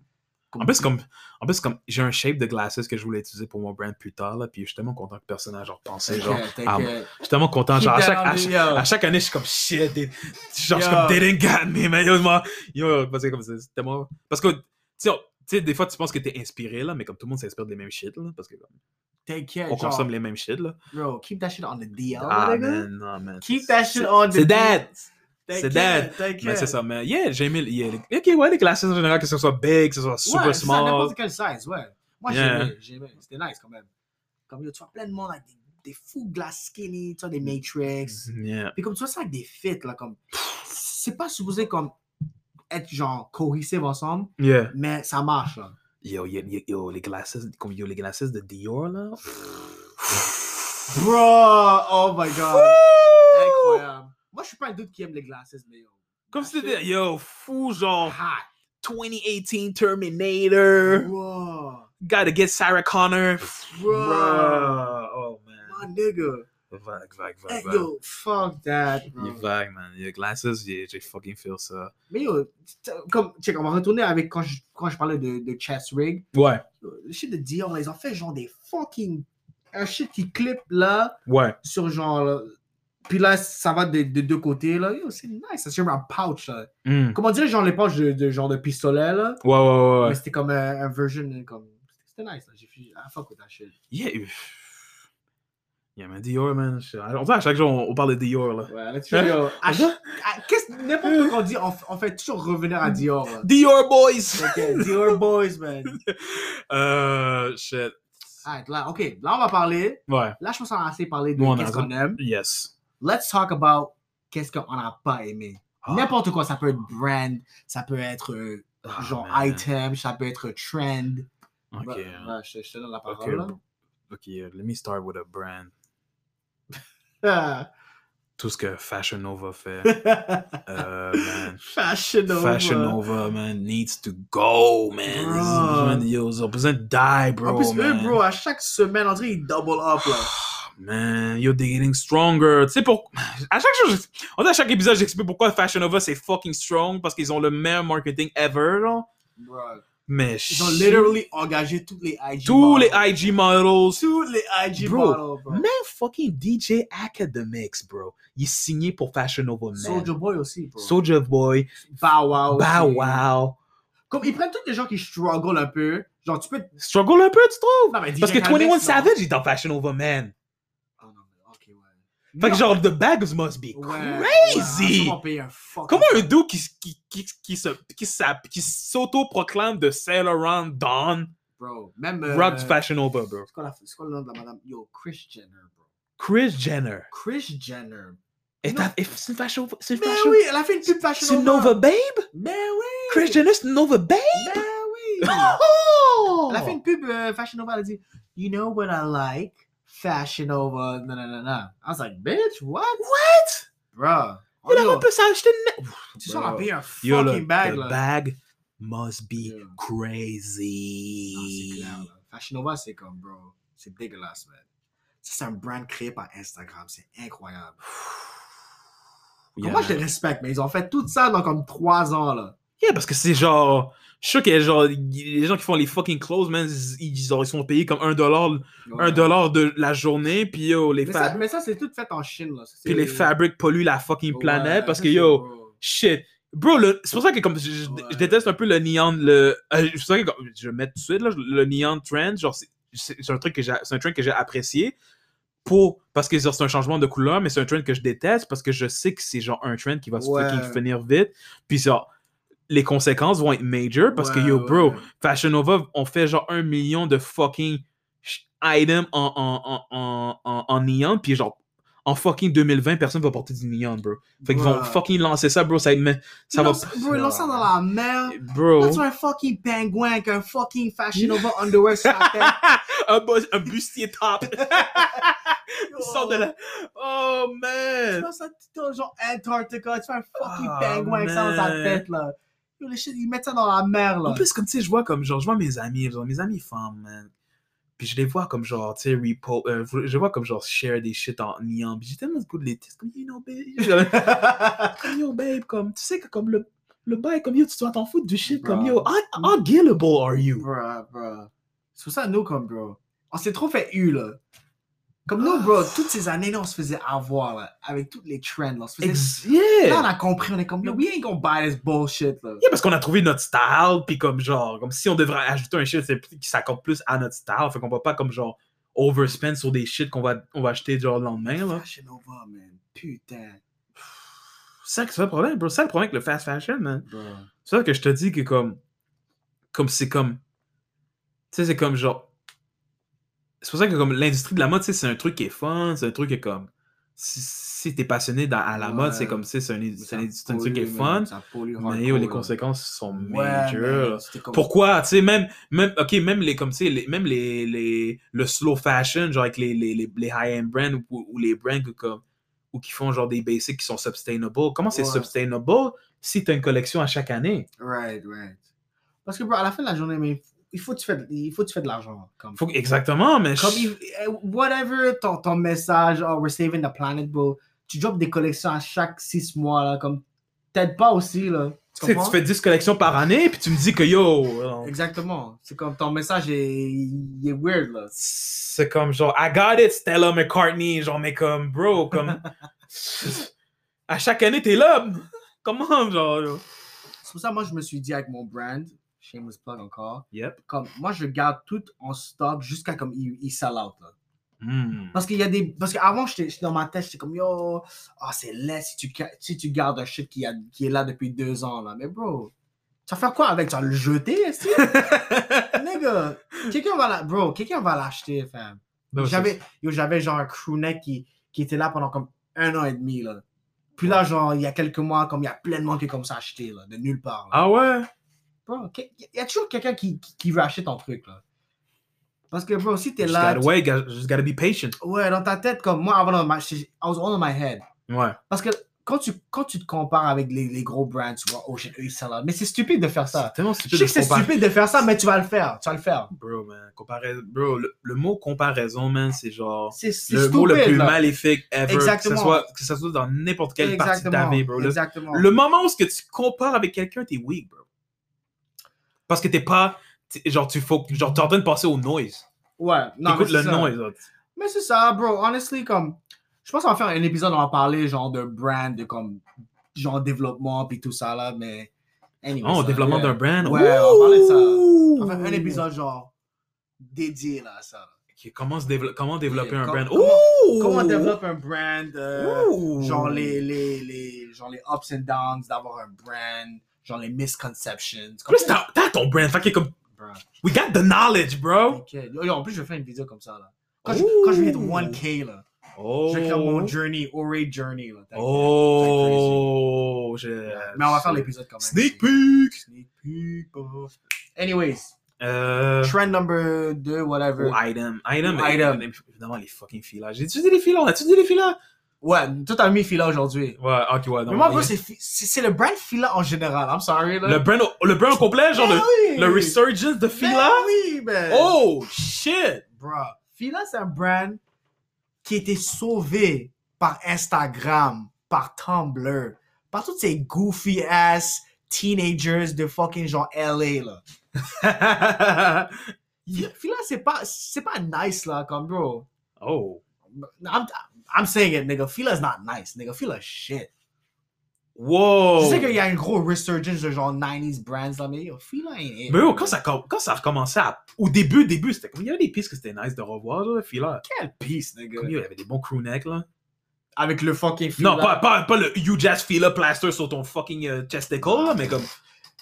S2: Comme-
S1: En plus, comme, en plus, comme j'ai un shape de glasses que je voulais utiliser pour mon brand plus tard, là, puis je suis tellement content que personne n'a genre pensé,
S2: T'inquiète,
S1: genre,
S2: t'inquiète.
S1: ah, je suis tellement content, genre, à
S2: Keep
S1: chaque,
S2: that on
S1: à,
S2: the-
S1: chaque-
S2: yo.
S1: à chaque année, je suis comme shit, they- genre, je suis
S2: Yo.
S1: comme, they didn't got me, man, yo, moi, yo, parce que comme c'est c'est tellement, parce que, tu sais, on- tu sais, des fois, tu penses que t'es inspiré, là, mais comme tout le monde s'inspire des mêmes shit, là, parce que comme,
S2: T'inquiète,
S1: on
S2: genre,
S1: consomme les mêmes shit, là.
S2: Bro, keep that shit on the DL.
S1: ah,
S2: nigga.
S1: man, non, man.
S2: Keep that shit on the
S1: C'est that!
S2: T'inquiète,
S1: C'est that.
S2: t'inquiète.
S1: Mais c'est ça, mais yeah, j'ai aimé, yeah, les- ok, ouais, les glaces en général, que ce soit big, que ce soit super
S2: ouais, c'est ça,
S1: small.
S2: N'importe quelle size, ouais. Moi,
S1: Yeah.
S2: j'aimais, j'aimais. C'était nice quand même. Comme yo, tu vois plein de monde avec des, des fous glaces skinny, tu vois, des
S1: Mm-hmm.
S2: Matrix.
S1: Yeah.
S2: Puis comme tu vois ça avec des fits, là, comme. C'est pas supposé comme être genre cohérent ensemble,
S1: Yeah.
S2: mais ça marche, là.
S1: Yo, yo, yo, yo, les glaces, comme yo, les glaces de Dior, là.
S2: Bro, oh my god. Incroyable. Moi, je suis pas un doute qui aime les glaces, mais yo.
S1: Comme
S2: that
S1: si
S2: shit
S1: c'était, yo, fou, genre,
S2: Hot.
S1: 2018 Terminator,
S2: Bro.
S1: gotta get Sarah Connor.
S2: Bro.
S1: Bruh, Oh, man.
S2: My nigga.
S1: Vague, vague,
S2: Hey,
S1: vague, vague.
S2: yo, fuck that,
S1: Il
S2: bro.
S1: est vague, man. Your glasses, yeah, j'ai fucking feel ça.
S2: Mais yo, t- comme, check, on va retourner avec quand je, quand je parlais de, de chest rig.
S1: Ouais,
S2: Le shit de Dior, ils ont fait genre des fucking. Un shit qui clip là,
S1: ouais.
S2: sur genre. là. Puis là, ça va des des deux côtés là. Yo, c'est nice, ça se un pouch là.
S1: Mm.
S2: Comment dire, genre les poches de, de genre de pistolet là.
S1: Ouais, ouais, ouais, ouais.
S2: Mais c'était comme un, un version euh, comme. C'était nice là. J'ai fait. Ah fuck with that shit.
S1: Yeah, uff. Yeah, man, Dior, man. je- On dirait à chaque jour, on, on parle de Dior, là.
S2: Ouais, là, tu Hein? vois, yo, à chaque- à- Ah, qu'est-ce- N'importe quoi qu'on dit, on, f- on fait toujours revenir à Dior là.
S1: Dior Boys!
S2: Ok, Dior Boys, man.
S1: Euh, shit.
S2: Alright, là, ok, là on va parler.
S1: Ouais,
S2: Là, je pense qu'on a assez parlé de
S1: Ouais, on a
S2: qu'est-ce qu'on aime.
S1: yes.
S2: Let's talk about qu'est-ce qu'on n'a pas aimé.
S1: Ah.
S2: N'importe quoi, ça peut être brand, ça peut être euh,
S1: Ah,
S2: genre
S1: man.
S2: item, ça peut être trend.
S1: Ok.
S2: Bah, bah, je, je te donne la parole.
S1: Ah, Okay.
S2: là.
S1: Okay, let me start with a brand.
S2: Ah.
S1: Tout ce que Fashion Nova fait. euh, man.
S2: Fashion Nova.
S1: Fashion Nova, man, needs to go, man. This is-
S2: Bruh.
S1: man, Yo, ils ont besoin de die, bro.
S2: en plus,
S1: man.
S2: eux, bro, à chaque semaine, on dirait ils double up. Là.
S1: Man, yo, they're getting stronger. Tu sais, pour... à chaque chose, on dit à chaque épisode, j'explique pourquoi Fashion Nova c'est fucking strong parce qu'ils ont le meilleur marketing ever, là.
S2: Bro,
S1: Mais
S2: Ils ont
S1: shit,
S2: literally engagé toutes les IG.
S1: tous les
S2: models.
S1: IG models,
S2: Tous les IG
S1: Bro,
S2: models, bro.
S1: même fucking DJ Academics, bro. Il est signé pour Fashion Nova, man.
S2: Soldier Boy aussi, bro.
S1: Soulja Boy,
S2: Bow Wow.
S1: Bow
S2: aussi.
S1: Wow.
S2: Comme ils prennent tous les gens qui struggle un peu. Genre, tu peux.
S1: Struggle un peu, tu trouves?
S2: Non, mais
S1: Parce
S2: DJ
S1: que 21
S2: Khaled, non.
S1: Savage est dans Fashion Over Man.
S2: Ah non, mais ok, ouais.
S1: Fait que
S2: Non,
S1: genre, the bags must be
S2: ouais,
S1: crazy.
S2: ouais, on paye un fuck.
S1: Comment un dude qui, s- qui, qui, qui, se, qui, s'app- qui s'auto-proclame de Saint Laurent Don
S2: Bro, même. euh,
S1: rock Fashion Over, bro?
S2: C'est quoi, la- c'est quoi le nom de la madame Yo, Chris Jenner, bro.
S1: Chris Jenner.
S2: Chris Jenner.
S1: Et
S2: Non.
S1: t'as- et c'est une Fashion C'est une
S2: Mais
S1: Fashion
S2: oui, elle a fait une pub fashion.
S1: C'est une Nova Babe?
S2: Mais oui.
S1: Chris Jenner, c'est une Nova Babe?
S2: Mais oui.
S1: Oh!
S2: Elle a fait une pub euh, Fashion Nova, elle a dit You know what I like? Fashion Nova. Non, non, non, non. I was like, bitch, what?
S1: What?
S2: Bro.
S1: Oh, Yo, la robe peut s'acheter une...
S2: tu sens, on a payé un
S1: Yo, le,
S2: fucking bag,
S1: the
S2: là. Ah,
S1: bag must be
S2: Yeah.
S1: crazy.
S2: Ah, c'est clair, là. Fashion Nova, c'est comme, bro, c'est dégueulasse, man. Ça, C'est un brand créé par Instagram, c'est incroyable.
S1: Yeah.
S2: Moi, je les respecte, mais ils ont fait tout ça dans comme trois ans, là.
S1: Yeah, parce que c'est genre. Je suis sûr que genre, les gens qui font les fucking clothes, man, ils, ils ont- ils sont payés comme 1$, dollar- un dollar de la journée, puis yo, les,
S2: Mais
S1: fa-
S2: ça, mais ça, c'est tout fait en Chine, là.
S1: puis les fabrics polluent la fucking
S2: Ouais,
S1: planète, parce
S2: ça,
S1: que
S2: c'est-
S1: yo, shit. Bro, le- c'est pour ça que comme je, je-
S2: Ouais.
S1: je déteste un peu le neon, le, euh, c'est pour ça que comme- je vais mettre tout de suite là, le neon trend, genre c'est- c'est c'est un truc que j'ai, c'est un trend que j'ai apprécié pour parce que genre, c'est un changement de couleur, mais c'est un trend que je déteste parce que je sais que c'est genre un trend qui va se
S2: Ouais.
S1: fucking finir vite, puis genre les conséquences vont être major parce que
S2: Ouais,
S1: yo bro,
S2: ouais.
S1: Fashion Nova on fait genre un million de fucking sh- items en en en en, en, en neon, puis genre en fucking 2020 personne va porter du neon bro. Fait qu'ils vont
S2: Ouais.
S1: fucking lancer ça, bro. Ça, mais ça va.
S2: Lance- Bro, lance ça dans la mer. Là,
S1: Bro.
S2: tu as un fucking pingouin avec un fucking Fashion Nova underwear sur la tête.
S1: un, bus- un bustier top. Il sort de la. Oh
S2: Tu
S1: man.
S2: vois ça, tu as genre Antarctica, tu fais un fucking
S1: Ah,
S2: pingouin avec ça dans sa
S1: man.
S2: tête, là. Yo, les shit, ils mettent ça dans la mer, là.
S1: En plus, comme tu sais, je vois comme genre, je vois mes amis, genre, mes amis femmes, man. Puis je les vois comme genre, tu sais, repo. euh, je les vois comme genre share des shit en niant. Puis j'ai tellement le goût de les tester. Comme, you know, babe. Comme, yo, babe, comme, tu sais que comme le. Le bail, comme yo, tu dois t'en foutre du shit, comme yo, how, how gillable are you?
S2: Bruh, bruh. C'est pour ça, nous, comme, bro, on s'est trop fait eu, là. Comme nous,
S1: Ah.
S2: bro, toutes ces années, là, on se faisait avoir, là, avec toutes les trends, là. On se faisait...
S1: Ex-
S2: Là,
S1: yeah!
S2: on a compris, on est comme, yo, we ain't gonna buy this bullshit, là.
S1: Yeah, parce qu'on a trouvé notre style, puis comme genre, comme si on devrait ajouter un shit c'est plus- qui s'accorde plus à notre style, fait qu'on va pas comme genre overspend sur des shit qu'on va, on va acheter genre le lendemain. là.
S2: Fashion Nova, man. Putain,
S1: C'est ça que c'est le problème, bro. C'est ça le problème avec le fast fashion, man.
S2: bro.
S1: C'est ça que je te dis que comme. Comme c'est comme. Tu sais, c'est comme genre. C'est pour ça que comme l'industrie de la mode, tu sais, c'est un truc qui est fun, c'est un truc qui est comme. Si, si t'es passionné dans- à la mode,
S2: Ouais.
S1: c'est comme si c'est un, c'est un- c'est un truc qui est
S2: pollue,
S1: fun.
S2: man. Ça pollue
S1: Mais
S2: hardcore,
S1: yo, les
S2: là.
S1: conséquences sont
S2: Ouais,
S1: major.
S2: man, c'était comme-
S1: Pourquoi, tu sais, même, même, ok, même les, comme, tu sais, les- même les, les, le slow fashion, genre avec les, les, les, les high-end brands ou, ou les brands que comme, ou qui font genre des basics qui sont sustainable. Comment c'est
S2: Ouais.
S1: sustainable si t'as une collection à chaque année?
S2: Right, right. Parce que, bro, à la fin de la journée, mais il faut que tu fais, il faut que tu fais de l'argent. Comme,
S1: Faut, que- exactement, mais
S2: comme
S1: je-
S2: il- eh, whatever ton, ton message, oh, we're saving the planet, bro. Tu drops des collections à chaque six mois, là, comme, t'aides pas aussi, là.
S1: tu
S2: Tu
S1: sais,
S2: comprends?
S1: tu fais 10 collections par année, puis tu me dis que yo, euh,
S2: Exactement. C'est comme, ton message est, il est weird, là.
S1: c'est comme genre, I got it, Stella McCartney, genre, mais comme, bro, comme, à chaque année, t'es là. Comment, genre?
S2: C'est pour ça, moi, je me suis dit avec mon brand, shameless plug encore,
S1: Yep.
S2: comme, moi, je garde tout en stock jusqu'à comme, il, il sell out, là.
S1: Hmm.
S2: Parce qu'il y a des. Parce qu'avant, j'étais j'étais dans ma tête, j'étais comme yo, ah c'est laid si tu, ca- si tu gardes un shit qui, a- qui est là depuis deux ans là. Mais bro, tu vas faire quoi avec? Tu vas le jeter, est-ce que- Nigga, quelqu'un va la- Bro, quelqu'un va l'acheter, fam.
S1: Non, c'est-
S2: J'avais yo, j'avais genre un crewneck qui, qui était là pendant comme un an et demi là. Puis là, genre, il y a quelques mois, comme il y a plein de monde qui est comme ça acheté là, de nulle part. là.
S1: Ah ouais?
S2: Bro, que- il y a toujours quelqu'un qui, qui, qui veut acheter ton truc là. Parce que bro, si t'es
S1: Just
S2: là.
S1: gotta wait, gotta- just gotta be patient.
S2: Ouais, dans ta tête, comme moi, avant, dans ma- I was all in my head.
S1: Ouais.
S2: Parce que quand tu, quand tu te compares avec les, les gros brands, tu vois, oh shit, eux, ils sont là. Mais c'est stupide de faire ça.
S1: C'est tellement
S2: Je
S1: stupide
S2: sais
S1: de
S2: que c'est
S1: comparer-
S2: stupide de faire ça, mais tu vas le faire. Tu vas le faire.
S1: Bro, man. comparaison- Bro, le, le mot comparaison, man, c'est genre
S2: C'est c'est
S1: le
S2: stupide.
S1: mot le plus
S2: là.
S1: maléfique ever.
S2: Exactement.
S1: Que ça soit, que ça soit dans n'importe quelle partie de ta vie, bro. Le,
S2: Exactement.
S1: le moment où ce que tu compares avec quelqu'un, t'es weak, bro. Parce que t'es pas. t'es- Genre, tu faut, genre, t'es en train de passer au noise.
S2: Ouais, non, mais
S1: T'écoutes
S2: c'est
S1: le
S2: ça.
S1: noise. là.
S2: Mais c'est ça, bro. Honestly, comme, je pense qu'on va faire un épisode, on va parler genre de brand, de comme, genre développement, puis tout ça, là. Mais, anyway.
S1: Oh,
S2: ça,
S1: développement
S2: yeah.
S1: d'un brand.
S2: Ouais, on parlait de ça.
S1: Ouh!
S2: On va faire un épisode, genre, dédié, là, à ça.
S1: Ok, Comment, se dévelop- comment développer
S2: Yeah,
S1: un
S2: com-
S1: brand?
S2: comment-
S1: Ouh!
S2: Comment on développe un brand, euh,
S1: Ouh!
S2: genre les, les, les, genre les ups and downs d'avoir un brand, genre les misconceptions.
S1: En plus, t'as t'as ton brand. Fait que comme,
S2: Bruh,
S1: we got the knowledge, bro.
S2: t'inquiète. Yo, yo, en plus, je vais faire une vidéo comme ça, là. Quand je,
S1: Ouh.
S2: quand je vais hit 1K, là,
S1: Oh.
S2: je vais faire mon journey, Ore Journey, là. t'inquiète.
S1: Oh.
S2: Ouais,
S1: je-
S2: Mais on va faire l'épisode quand même.
S1: Sneak peek.
S2: Sneak peek, bro. Anyways,
S1: Euh. Oh,
S2: trend number 2, whatever.
S1: Ou item. Item.
S2: Ou item.
S1: Évidemment, les fucking filas. J'ai-tu dit les filas? On a-tu dit les filas?
S2: Ouais, tout a mis fila aujourd'hui.
S1: Ouais, ok, ouais. non,
S2: Mais moi,
S1: mais-
S2: bro, c'est fi- c'est c'est le brand fila en général. I'm sorry, là.
S1: le brand, au- le brand au complet, genre le, le
S2: research
S1: resurgence de fila?
S2: Ben Oui, ben.
S1: Oh, shit.
S2: Bruh. Fila, c'est un brand qui était sauvé par Instagram. par Tumblr. Par toutes ces goofy ass teenagers de fucking genre LA, là. Puis là, c'est pas, c'est pas nice, là, comme bro.
S1: Oh.
S2: I'm, I'm saying it, nigga. Fila's not nice, nigga. Fila shit.
S1: Wow!
S2: Je sais qu'il y a un gros resurgence de genre 90s brands là, mais yo, Fila ain't it.
S1: Mais yo, quand ça, com- quand ça a recommencé à- au début, début, c'était comme il y avait des pistes que c'était nice de revoir, là, Fila.
S2: Quelle pisse, nigga.
S1: Comme yo, il y avait des bons crewnecks, là.
S2: Avec le fucking Fila.
S1: Non, pas, pas, pas le You Jazz Fila plaster sur ton fucking euh, chesticle, là, mais comme.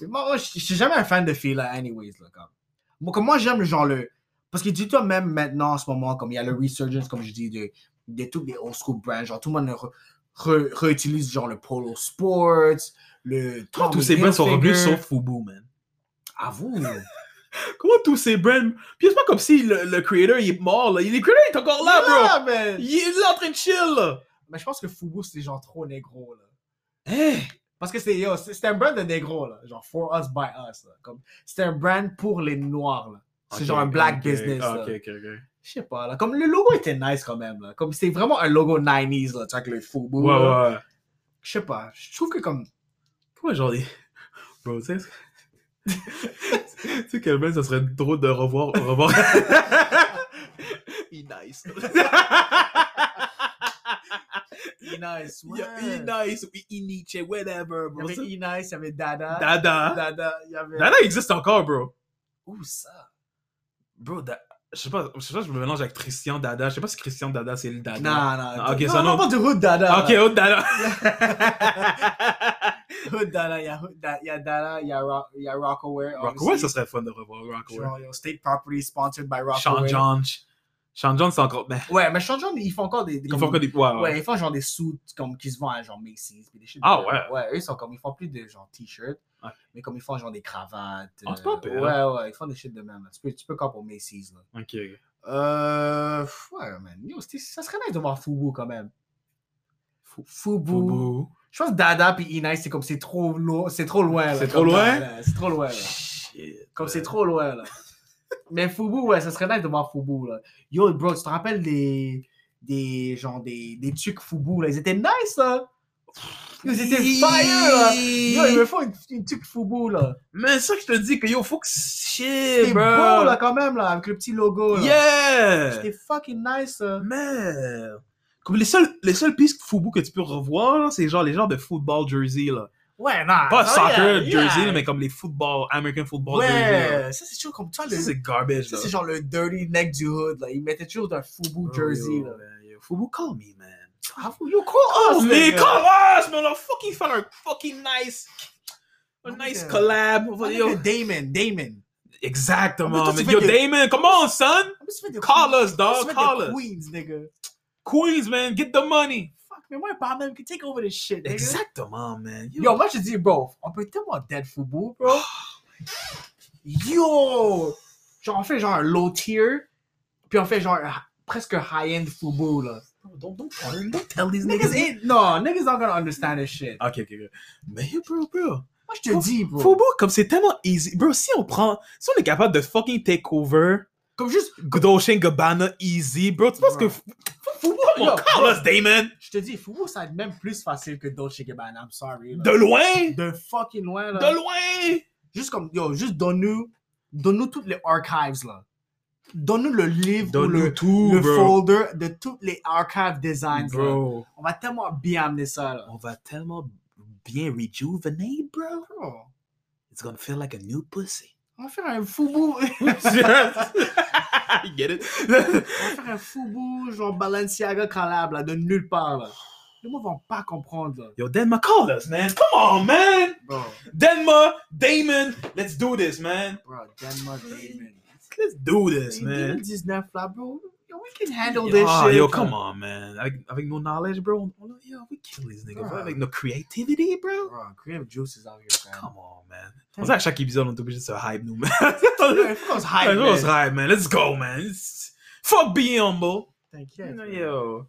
S2: Moi, moi, je je suis jamais un fan de Fila, anyways, là, comme. Moi, comme moi, j'aime le genre le. Parce que dis-toi, même maintenant, en ce moment, comme il y a le resurgence, comme je dis, de, de toutes les old school brands, genre tout le monde re- re- réutilise genre le Polo Sports, le.
S1: Comment tous
S2: Tommy
S1: ces brands sont revenus
S2: Hilfiger.
S1: sauf Fubu, man?
S2: À vous!
S1: Comment tous ces brands. Puis c'est pas comme si le, le creator il est mort, là. Le creator est encore là, bro!
S2: Yeah, Ah, man.
S1: Il est là en train de chill, là!
S2: Mais je pense que Fubu, c'est genre trop négro, là.
S1: Hein?
S2: Parce que c'est yo, c'est c'est un brand de négro, là. Genre for us, by us, là. Comme, c'est un brand pour les noirs, là. C'est
S1: Ok,
S2: genre un black
S1: ok,
S2: business, là.
S1: Ok, ok, ok.
S2: Je sais pas, là. Comme le logo était nice quand même, là. Comme c'est vraiment un logo 90s, là. Tu vois, avec le Fubu.
S1: Ouais,
S2: là.
S1: ouais, ouais.
S2: Je sais pas. Je trouve que comme.
S1: Pourquoi genre des. Bro, tu sais. tu sais, quel brand ça serait drôle de revoir. revoir... il est nice.
S2: E-Nice,
S1: Il y a- Il est nice, ou il Nietzsche, whatever, bro. Ça-
S2: Il y avait E-Nice, il y avait Dada.
S1: Dada.
S2: Dada, il y avait.
S1: Dada existe encore, bro.
S2: Où ça?
S1: Bro, da- je sais pas, je sais pas, je me mélange avec Christian Dada. Je sais pas si Christian Dada c'est le Dada.
S2: Non, non.
S1: Ah, ok,
S2: non,
S1: ça,
S2: non.
S1: non.
S2: pas du Hood Dada.
S1: Ah, ok, autre Dada.
S2: Hood Dada, il y a Hood Da- il y a Dada, il y a Rock- il y a Rockaway.
S1: Rockaway,
S2: obviously.
S1: ça serait fun de revoir Rockaway.
S2: Genre, yo, State Property sponsored by
S1: Sean
S2: Rockaway.
S1: John. Sean John, c'est encore. Mais,
S2: Ouais, mais Sean John, ils font encore des. des-
S1: ils font que des. Ouais, ouais.
S2: Ouais, ils font genre des suits comme qui se vendent à genre Macy's puis des shit.
S1: Ah ouais.
S2: Ouais, eux ils sont comme ils font plus de genre t-shirts,
S1: Ouais.
S2: mais comme ils font genre des cravates.
S1: Ah, c'est
S2: euh,
S1: pas pire.
S2: Ouais, ouais, ils font des shit de même. là. Tu peux, tu peux quand pour Macy's là.
S1: Ok.
S2: Euh, pff, ouais, man. Yo, c'était- ça serait nice de voir Fubu quand même.
S1: Fou-
S2: Fubu.
S1: Boubou.
S2: Je pense que Dada puis E-Nice, c'est comme c'est trop loin, c'est trop loin. là,
S1: C'est trop
S2: comme
S1: loin?
S2: Dada, C'est trop loin. Là.
S1: Shit.
S2: Comme c'est trop loin, là. Mais Fubu, ouais, ça serait nice de voir Fubu, là. Yo, bro, tu te rappelles des. des. genre des. des trucs Fubu, là. Ils étaient nice, là. Ils étaient fire, là. Yo, ils me font une, une tuque Fubu, là.
S1: Mais ça, que je te dis que yo, faut que shit,
S2: C'était
S1: bro.
S2: beau, là, quand même, là, avec le petit logo, là.
S1: Yeah!
S2: C'était fucking nice, euh. là.
S1: Mais comme les seuls les seules pistes Fubu que tu peux revoir, là, c'est genre les genres de football jersey là.
S2: Ouais, non.
S1: Pas
S2: Ah, ça,
S1: soccer
S2: yeah,
S1: jersey,
S2: yeah.
S1: mais comme les football American football jersey. là.
S2: Ouais, ça, c'est toujours comme toi, le.
S1: Ça,
S2: Ça,
S1: c'est garbage là.
S2: c'est genre le dirty neck du hood, là. Ils mettaient toujours un Fubu
S1: Bro,
S2: jersey,
S1: yo,
S2: là.
S1: man, Oh, yo. Fubu, call me man.
S2: Ah, yo, call
S1: Oh,
S2: us,
S1: mais
S2: nigga.
S1: call us, man. On fucking faire un fucking nice, a
S2: Oh,
S1: nice
S2: nigga.
S1: collab.
S2: Ah,
S1: Yo.
S2: nigga, Damon, Damon. Mais
S1: Exactement.
S2: toi,
S1: man.
S2: tu
S1: Yo,
S2: fais
S1: Damon, come on, son.
S2: I'm just with the
S1: Call
S2: Queens.
S1: us,
S2: I'm
S1: dog.
S2: just with
S1: Call
S2: the
S1: us.
S2: Queens, nigga.
S1: Queens, man. Get the money.
S2: Fuck, mais moi, par même, can take over this shit, nigga.
S1: Exactement, man.
S2: Yo, moi, je dis, bro, on peut tellement dead Fubu,
S1: Oh
S2: bro. Yo! Genre, on fait genre un low tier, puis on fait genre un- presque high-end Fubu, là.
S1: don't, don't, tell them, don't tell these
S2: Niggas
S1: niggas.
S2: ain't, no, niggas not gonna understand this shit.
S1: Ok, ok, ok. Mais yo, bro, bro.
S2: Moi, je te dis, bro.
S1: Fubu, comme c'est tellement easy. Bro, si on prend. Si on est capable de fucking take over
S2: Comme juste,
S1: Dolce Gabbana easy, bro, tu penses que.
S2: Bro. Fubu,
S1: Come
S2: yo,
S1: on, call us, Damon!
S2: je te dis, Fubu, ça va être même plus facile que Dolce Gabbana, I'm sorry, là.
S1: De loin!
S2: De fucking loin, là.
S1: De loin!
S2: juste comme yo, juste donne-nous, donne-nous toutes les archives là. Donne-nous le livre ou le,
S1: tout,
S2: le folder de toutes les archive designs là.
S1: Bro,
S2: On va tellement bien amener ça là.
S1: on va tellement bien rejuvenate, bro.
S2: Bro,
S1: It's gonna feel like a new pussy.
S2: on va faire un fubu,
S1: you get it?
S2: on va faire un fubu genre Balenciaga collab là de nulle part là. Les gens vont pas comprendre là.
S1: Yo, Denma, call us, man. Come on, man!
S2: Bro,
S1: Denma, Damon, let's do this, man.
S2: bro, Denmark Damon.
S1: Let's do this,
S2: C'est
S1: man.
S2: 2019 là, bro. Yo, we can handle this
S1: Ah,
S2: shit.
S1: yo, come on, man. Avec, avec nos knowledge, bro, on, on, yo, we kill these niggas. bro. Avec nos creativity, bro.
S2: Bro, creative juices out here, man.
S1: Come on, man. On dirait à chaque épisode, on est obligé de se hype, nous, man.
S2: Yo, il faut qu'on se hype,
S1: Ouais, on se
S2: man.
S1: hype, man. Let's go, man. It's- Fuck being humble.
S2: T'inquiète, man.
S1: Yo.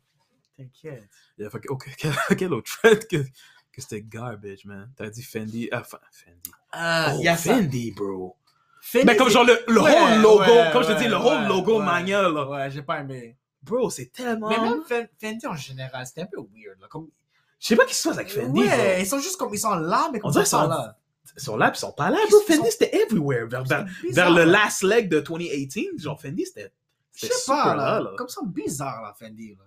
S2: t'inquiète.
S1: Yeah, fuck, ok, quel, quel autre thread que, que c'était garbage, man. T'as dit Fendi. Ah, fa- Fendi.
S2: Euh,
S1: oh,
S2: y a ça.
S1: Fendi, bro.
S2: Fendi,
S1: Mais comme
S2: c'est-
S1: genre le, le
S2: Ouais,
S1: whole logo,
S2: ouais,
S1: comme je te dis,
S2: ouais,
S1: le whole
S2: ouais,
S1: logo
S2: ouais.
S1: Magna, là.
S2: Ouais, j'ai pas aimé.
S1: Bro, c'est tellement.
S2: Mais même Fen- Fendi en général, c'était un peu weird. Là. Comme,
S1: Je sais pas qu'est-ce qui se passe avec Fendi.
S2: Ouais,
S1: bro.
S2: ils sont juste comme. Ils sont là, mais
S1: On
S2: comme
S1: dirait
S2: ils sont
S1: qu'ils
S2: là.
S1: Ils sont là, puis ils sont pas là.
S2: Ils
S1: Bro,
S2: sont-
S1: Fendi, c'était everywhere. Vers, vers-
S2: C'est
S1: vers
S2: bizarre,
S1: le
S2: là.
S1: last leg de 2018, genre, Fendi, c'était.
S2: Je
S1: c'était
S2: sais pas,
S1: super
S2: là.
S1: là.
S2: Comme ça, bizarre, là, Fendi, là.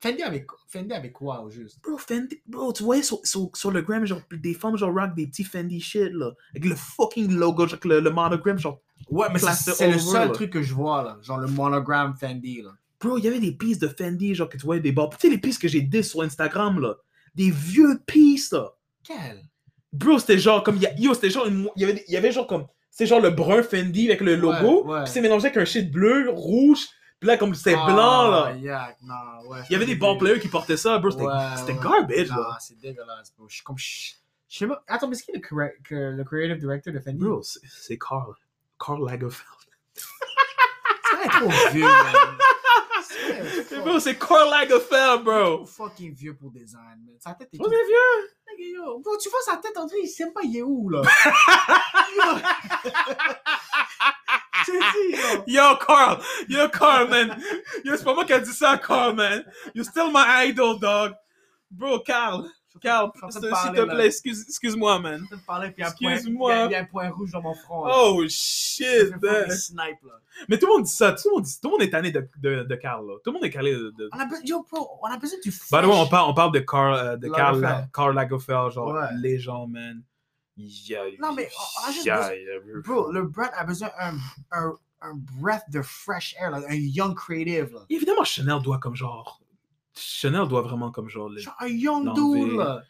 S2: Fendi avec, Fendi avec quoi, au juste?
S1: Bro, Fendi, bro, tu voyais sur, sur, sur le gram, genre, des femmes, genre, rock des petits Fendi shit, là. Avec le fucking logo, genre, le, le monogramme, genre.
S2: Ouais,
S1: mais c'est-
S2: c'est le
S1: over,
S2: seul
S1: là.
S2: truc que je vois, là. Genre le monogramme Fendi, là.
S1: Bro, il y avait des pistes de Fendi, genre, que tu voyais des bars. Tu sais, les pistes que j'ai dites sur Instagram, là. Des vieux pistes, là.
S2: Quel?
S1: Bro, c'était genre comme. y a- Yo, c'était genre. une mo- Il y avait, des- il y avait genre comme. C'était genre le brun Fendi avec le logo.
S2: ouais.
S1: Puis c'est mélangé avec un shit bleu, rouge. Puis là, comme c'était
S2: Ah,
S1: blanc, là.
S2: yak, non, ouais.
S1: Il y avait des bons players qui portaient ça, bro. C'était
S2: Ouais,
S1: c'était
S2: ouais.
S1: garbage, là.
S2: Ah, c'est dégueulasse, bro. Je suis comme. Je je sais pas. Attends, mais c'est qui le, correct- que- le creative director de Fendi?
S1: Bro, c'est- c'est Carl. Carl Lagerfeld.
S2: c'est trop vieux, man. C'est
S1: Hey,
S2: fuck-
S1: Bro, c'est Carl Lagerfeld,
S2: trop
S1: bro.
S2: fucking vieux pour design, man. Sa tête est.
S1: On est vieux.
S2: Nigga, yo, bro, tu vois sa tête, André, il sait même pas il est où, là. Je te dis, yo.
S1: Yo, Carl. Yo, Carl, man. Yo, c'est pas moi qui a dit ça, Carl, man. You're still my idol, dog. Bro, Carl. Carl,
S2: Je suis
S1: s'il
S2: en train de parler,
S1: te
S2: là.
S1: plaît, excuse- excuse-moi, man.
S2: train de parler, puis il y a un point-
S1: Excuse-moi.
S2: il y a- Il y a un point rouge dans mon front. là.
S1: Oh,
S2: Je
S1: shit,
S2: vais faire
S1: man.
S2: des snipes, là.
S1: Mais tout le monde dit ça, tout le monde, dit, tout le monde est tanné de, de, de Carl. Là. Tout le monde est calé de. de...
S2: On a besoin, yo, bro, on a besoin du
S1: By the way, on
S2: fresh.
S1: parle, on parle de Carl, euh, de Carl, La-
S2: Lagerfeld.
S1: Karl Lagerfeld, genre
S2: Ouais.
S1: légende, man. Yeah,
S2: Non, mais on- on a juste Bro, le brand a besoin d'un un, un breath de fresh air, là, un young creative. Là.
S1: Évidemment, Chanel doit comme genre. Chanel doit vraiment comme genre. le-
S2: Genre un young
S1: L'enlever.
S2: dude, là.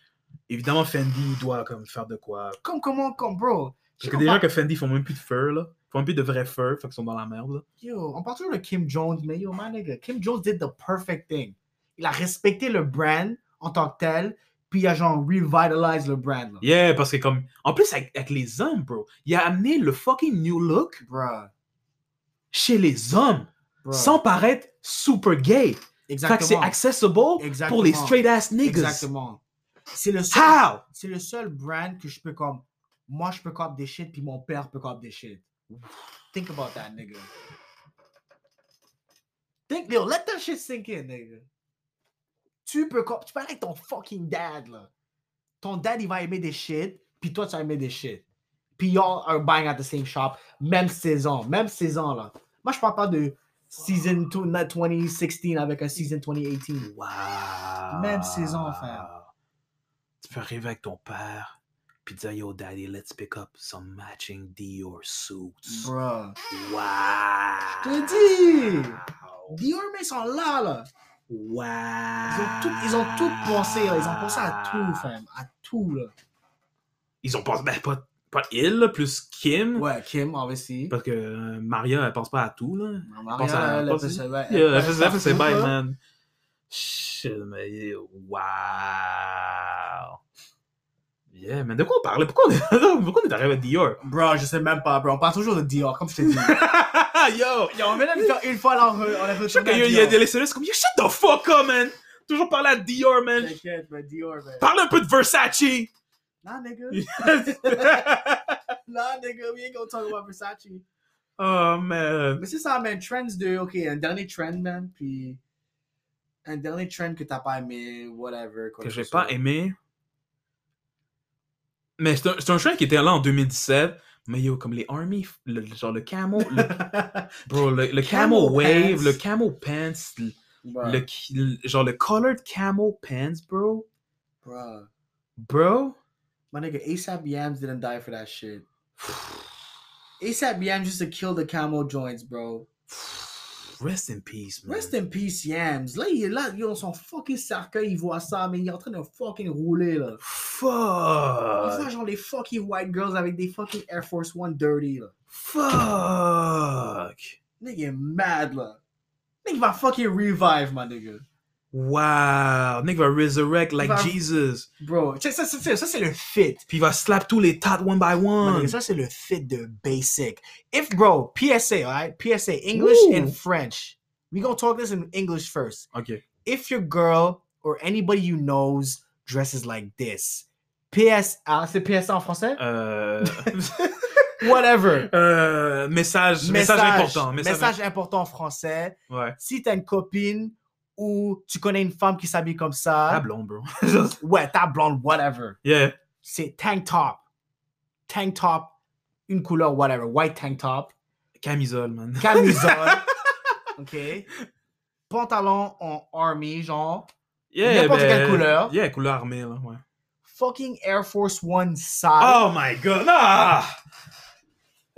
S1: Évidemment, Fendi doit comme faire de quoi.
S2: Comme, comment, comme, bro.
S1: Parce
S2: Je
S1: que
S2: sais
S1: des
S2: qu'on
S1: gens que Fendi font même plus de fur, là. Font même plus de vrais fur, fait qu'ils sont dans la merde, là.
S2: Yo, on parle toujours de Kim Jones, mais yo, my nigga, Kim Jones did the perfect thing. Il a respecté le brand en tant que tel, puis il a genre revitalized le brand, là.
S1: Yeah, parce que comme. En plus, avec, avec les hommes, bro, il a amené le fucking new look
S2: Bruh,
S1: chez les hommes.
S2: bruh.
S1: sans paraître super gay. Fait que c'est
S2: Exactement.
S1: accessible pour
S2: Exactement.
S1: les straight ass niggas.
S2: Exactement. C'est le seul.
S1: How?
S2: c'est le seul brand que je peux comme. Moi, je peux cop des shit, puis mon père peut cop des shit. Think about that, nigga. Think, yo, let that shit sink in, nigga. Tu peux cop. Tu parles avec ton fucking dad, là. Ton dad, il va aimer des shit, puis toi, tu vas aimer des shit. Puis y'all are buying at the same shop, même saison, même saison, là. Moi, je parle pas de season two- 2016 avec un season 2018.
S1: Wow.
S2: Même saison, frère.
S1: Tu peux arriver avec ton père puis dire yo daddy, let's pick up some matching Dior suits.
S2: Bruh.
S1: Wow.
S2: Je te dis. Dior, mais ils sont là, là.
S1: Wow.
S2: Ils ont tout, ils ont tout pensé, là. Ils ont pensé à tout, fam. À tout, là.
S1: Ils ont pensé, ben pas, pas il, là, plus Kim.
S2: Ouais, Kim, obviously.
S1: Parce que euh, Maria, elle pense pas à tout, là. pense à-
S2: Maria, elle,
S1: pense-
S2: elle fait- ouais, elle-
S1: Yeah,
S2: elle
S1: FSF,
S2: fait
S1: c'est
S2: tout,
S1: bad,
S2: là.
S1: man. Shit, mais yeah, wow. Yeah, man, de quoi on parlait? Pourquoi on est, pourquoi on est arrivé à Dior?
S2: Bro, je sais même pas, bro. On parle toujours de Dior, comme je t'ai dit.
S1: Ah, Yo!
S2: Yo, on vient de le faire une fois, là, on, re- on est
S1: Je sais qu'il
S2: retourné à
S1: y a- il y a
S2: Dior.
S1: des listeners comme, yo, shut the fuck up, man! Toujours parler à Dior, man!
S2: T'inquiète, bro, Dior, man.
S1: Parle un peu de Versace!
S2: Nah, nigga.
S1: Yes.
S2: Nah, nigga, we ain't gonna talk about Versace.
S1: oh, man.
S2: Mais c'est ça, man. Trends de... OK, un dernier trend, man. Puis... Un dernier trend que t'as pas aimé, whatever. quoi
S1: Que j'ai
S2: ce soit.
S1: pas aimé. Mais c'est un, c'est un choix qui était là en 2017. Mais yo, comme les Army, le- genre le camo, le Bro, le, le camo,
S2: Camo
S1: wave,
S2: pants.
S1: le camo pants, le,
S2: Bro,
S1: le qui- le- genre le colored camo pants, bro.
S2: bro.
S1: Bro.
S2: My nigga, ASAP Yams didn't die for that shit. ASAP Yams used to kill the camo joints, bro.
S1: Rest in peace, man.
S2: Rest in peace, Yams. Là, il est là, yo, son fucking cercueil, il voit ça, mais il est en train de fucking rouler, là. Il
S1: Fuck.
S2: voit genre les fucking white girls avec des fucking Air Force One dirty, là.
S1: Fuck.
S2: Nigga est mad, là. Nigga va fucking revive, my nigga.
S1: Wow. Nick va resurrect like
S2: va-
S1: Jesus.
S2: Bro, tu sais, ça, ça, ça, ça, c'est le fit.
S1: Puis il va slap tous les tats one by
S2: My
S1: one.
S2: nigga, ça, c'est le fit de basic. If, bro, PSA, alright? PSA, English
S1: Ooh.
S2: and French. We gonna talk this in English first.
S1: Ok.
S2: if your girl or anybody you knows dresses like this. PS, ah, c'est PS en français?
S1: Euh...
S2: Whatever.
S1: euh, message, message important. Message,
S2: Message important en français.
S1: Ouais.
S2: Si t'as une copine ou tu connais une femme qui s'habille comme ça.
S1: Ta blonde, bro.
S2: ouais, ta blonde, whatever.
S1: yeah.
S2: C'est tank top. Tank top, une couleur, whatever. White tank top.
S1: Camisole, man.
S2: Camisole. OK. Pantalon en army, genre.
S1: Yeah,
S2: N'importe
S1: ben,
S2: quelle couleur.
S1: Yeah, couleur armée, là, ouais.
S2: Fucking Air Force One size.
S1: Oh my god, ah!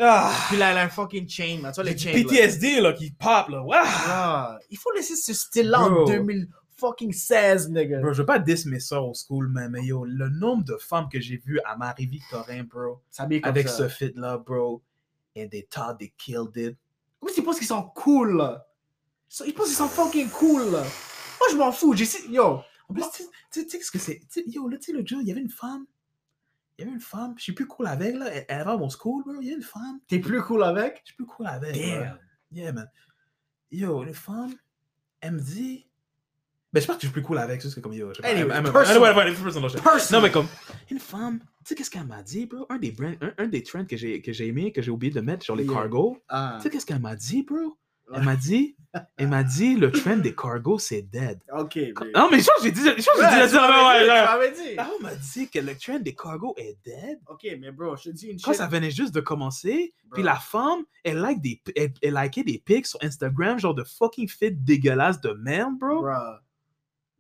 S1: Ah!
S2: Puis là, elle a un fucking chain, man. Tu vois les chains. là.
S1: PTSD, là, qui pop, là, waouh!
S2: Ah, il faut laisser ce style-là en
S1: Bro.
S2: 2016, nigga.
S1: Bro, je veux pas dismiss ça au school, man, mais yo, le nombre de femmes que j'ai vues à Marie-Victorin, bro,
S2: S'habiller comme
S1: avec ce
S2: ça.
S1: fit-là, bro, and they thought they killed it.
S2: Comment ils pensent qu'ils sont cool? là? So- Ils pensent qu'ils sont fucking cool. là. Moi, je m'en fous. J'essaie... Yo,
S1: En plus, tu sais- tu sais ce que c'est? tu sais, Yo, là, tu sais, l'autre jour, il y avait une femme. Il y avait une femme, je suis plus cool avec, là. Elle, elle va à mon school, bro. Il y a une femme,
S2: t'es plus cool avec?
S1: je suis plus cool avec. bro.
S2: Damn.
S1: Yeah, man. Yo, une femme, elle me dit. Ben, je pense que je suis plus cool avec, c'est juste que comme yo. je sais pas,
S2: Anyway,
S1: elle- elle me-
S2: personal.
S1: anyway, anyway, personal, je- Non,
S2: Personal.
S1: mais comme. Une femme, tu sais, qu'est-ce qu'elle m'a dit, bro? Un des, brands- un, un des trends que j'ai que j'ai aimé, que j'ai oublié de mettre sur les
S2: Yeah.
S1: cargos.
S2: Ah.
S1: Tu sais, qu'est-ce qu'elle m'a dit, bro?
S2: Ouais.
S1: Elle m'a dit, elle m'a dit, le trend des cargos, c'est dead.
S2: Ok. mais-
S1: Non, mais je pense que j'ai dit, je pense que j'ai dit la
S2: Ouais, tu
S1: dire- ouais,
S2: m'avais
S1: ouais,
S2: dit,
S1: ouais.
S2: tu m'avais dit.
S1: Là, on m'a dit que le trend des cargos est dead.
S2: Ok, mais bro, je te dis une
S1: Quand
S2: chose.
S1: ça venait juste de commencer,
S2: Bro.
S1: puis la femme, elle, like des, elle, elle likait des pics sur Instagram, genre de fucking fit dégueulasse de merde, bro.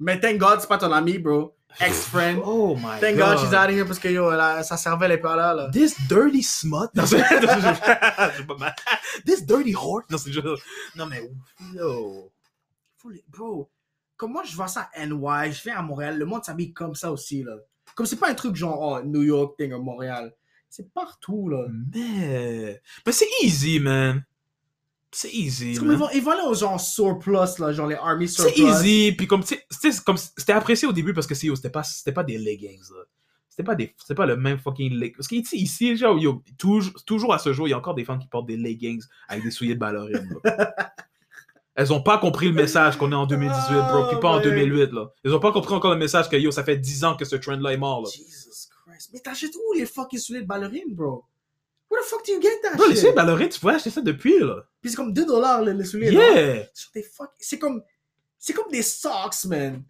S2: Mais thank God, c'est pas ton ami, bro. Ex-friend.
S1: Oh my
S2: Thank God,
S1: god.
S2: she's out of here parce que yo, là, sa cervelle est pas là. là.
S1: This dirty smut. Non, c'est c'est pas mal. This dirty whore. Non, c'est juste. Non, mais. Yo.
S2: Faut les- Bro, comment je vois ça à NY, je vais à Montréal, le monde s'habille comme ça aussi, là. Comme c'est pas un truc genre, oh, New York, thing, or Montréal. C'est partout, là.
S1: Mais. Mais c'est easy, man. C'est easy. man.
S2: C'est comme ils vont, ils vont aller aux gens surplus, là, genre les army surplus.
S1: C'est easy, puis comme tu sais, c'était comme- c'était apprécié au début parce que c'est- yo, c'était pas c'était pas des leggings là. C'était pas des c'était pas le même fucking leg. Parce que tu sais, ici genre yo, toujours toujours à ce jour, il y a encore des femmes qui portent des leggings avec des souliers de ballerines. là. Elles ont pas compris le message qu'on est en 2018, bro, puis pas
S2: Ah,
S1: en
S2: ouais.
S1: 2008 là. Elles ont pas compris encore le message que yo, ça fait 10 ans que ce trend là est mort là.
S2: Jesus Christ. Mais t'achètes où les fucking souliers de ballerines, bro? Where the fuck do you get that
S1: Non, les
S2: shit?
S1: souliers de ballerines, tu pouvais acheter ça depuis là.
S2: Puis c'est comme 2 dollars, les, les souliers. là.
S1: Yeah.
S2: Sur des fuck- C'est comme... C'est comme des socks, man.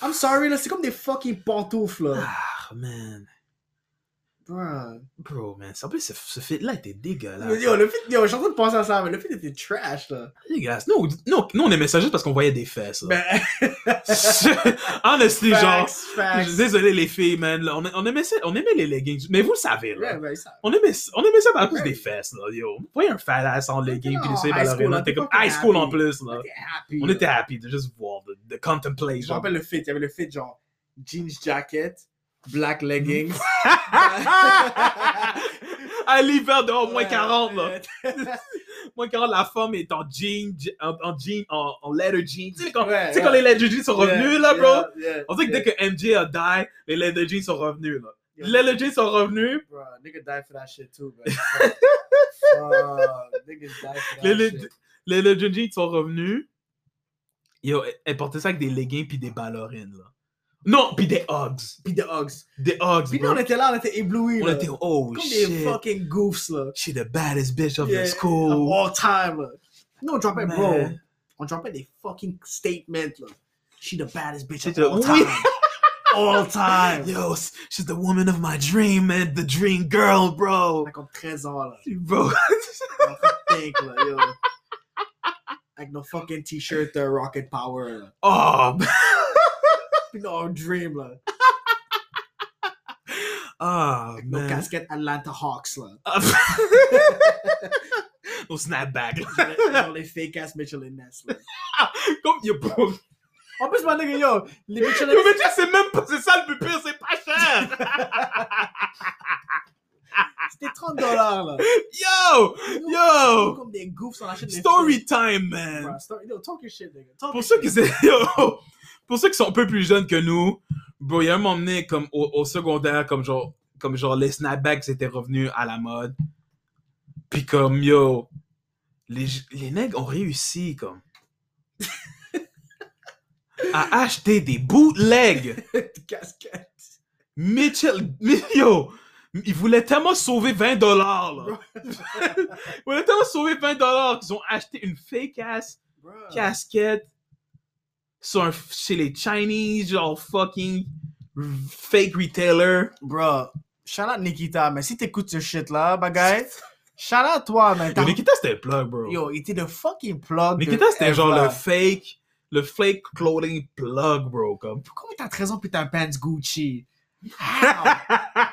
S2: I'm sorry, là, c'est comme des fucking pantoufles, là.
S1: Ah man,
S2: Bro.
S1: bro man, en plus ce, ce fit là était dégueulasse.
S2: Yo, le fait... Yo, je suis en train de penser à ça, mais le fait était trash, là.
S1: Dégueulasse. Nous, nous, nous, on aimait ça juste parce qu'on voyait des fesses. là.
S2: Ben...
S1: Honestly, genre.
S2: Facts,
S1: je
S2: facts.
S1: suis Désolé les filles, man. là, on, on aimait ça- on aimait les leggings. Mais vous le savez, là.
S2: Ouais, ben, ça-
S1: On aimait, ça- on aimait ça par cause
S2: Ouais.
S1: des fesses, là, yo. Vous voyez un fat ass en leggings,
S2: Non,
S1: puis les filles
S2: high school,
S1: ballerines, là,
S2: on
S1: t'es
S2: était
S1: comme
S2: pas
S1: high school en
S2: happy.
S1: plus, là.
S2: T'es happy,
S1: Ah. On
S2: là.
S1: était happy de juste voir, de, de contempler,
S2: Je me
S1: genre.
S2: rappelle le fit. Il y avait le fit genre jeans jacket, black leggings.
S1: à l'hiver de oh, moins
S2: Ah! Ouais,
S1: 40, là.
S2: ouais.
S1: Moins 40, la femme est en jean, je- en, en jean, en, en leather jeans. Tu sais, quand,
S2: Ouais,
S1: tu sais,
S2: ouais.
S1: quand les leather jeans sont revenus,
S2: Yeah,
S1: là, bro.
S2: yeah, yeah,
S1: On dirait que dès que MJ a die, les leather jeans sont revenus, là.
S2: yeah.
S1: Les leather jeans sont revenus,
S2: Bro, nigga died for that shit too, bro. Fuck, niggas died for that
S1: Les, les,
S2: shit.
S1: les Legend Jeans sont revenus. Yo, elle- elle portait ça avec des leggings puis des ballerines, là. Non, puis des hogs.
S2: Puis des Hugs.
S1: Des hogs,
S2: Puis nous,
S1: bro.
S2: on était là, on était éblouis.
S1: On
S2: là.
S1: était, oh
S2: comme
S1: shit.
S2: des fucking goofs là.
S1: She the baddest bitch of
S2: Yeah,
S1: the
S2: Of
S1: school.
S2: all time. Là. Nous, on dropait, bro.
S1: Man.
S2: On dropait des fucking statements là. She the baddest bitch
S1: She
S2: of
S1: the-
S2: all
S1: Oui.
S2: time. all time.
S1: Yo, s- she's the woman of my dream, man. The dream girl, bro.
S2: On a comme 13 ans là.
S1: Bro.
S2: On fait think là, yo. Avec nos fucking t-shirts euh, Rocket Power là.
S1: Oh,
S2: Puis nos dream là.
S1: ah,
S2: Avec nos
S1: man.
S2: casquettes Atlanta Hawks là.
S1: Nos snapbacks. là.
S2: Genre les- genre les fake ass Michelin Ness là.
S1: Comme, yo, bro.
S2: En plus, mon nigga, yo, les Michelin
S1: Yo, mais tu sais même pas, c'est ça le plus pire, c'est pas cher.
S2: c'était 30 dollars là.
S1: Yo,
S2: Nous, nous,
S1: yo.
S2: Comme des goofs, on achète des
S1: Story
S2: fake,
S1: time, man.
S2: bro. Story- Yo, talk your shit, nigga. Talk
S1: pour
S2: your
S1: ceux
S2: shit.
S1: qui c'est- yo, pour ceux qui sont un peu plus jeunes que nous, bro, il y a un moment donné, comme au, au secondaire, comme genre, comme genre les snapbacks étaient revenus à la mode. Puis comme yo, les, les nègres ont réussi comme à acheter des bootlegs.
S2: casquette.
S1: Mitchell, mi- yo, ils voulaient tellement sauver 20 dollars là. Ils voulaient
S2: Ah.
S1: tellement sauver 20 dollars qu'ils ont acheté une fake ass
S2: Bro.
S1: casquette sur un- chez les Chinese, genre fucking fake retailer.
S2: Bro, shout out Nikita, mais si t'écoutes ce shit là, bagay, shout out toi, man.
S1: Yo,
S2: T'as-
S1: Nikita, c'était le plug, bro.
S2: Yo, il était le fucking plug. de
S1: Nikita, c'était genre
S2: Evla.
S1: le fake, le fake clothing plug, bro. Comme.
S2: Pourquoi t'as 13 ans puis t'as un pants Gucci? How?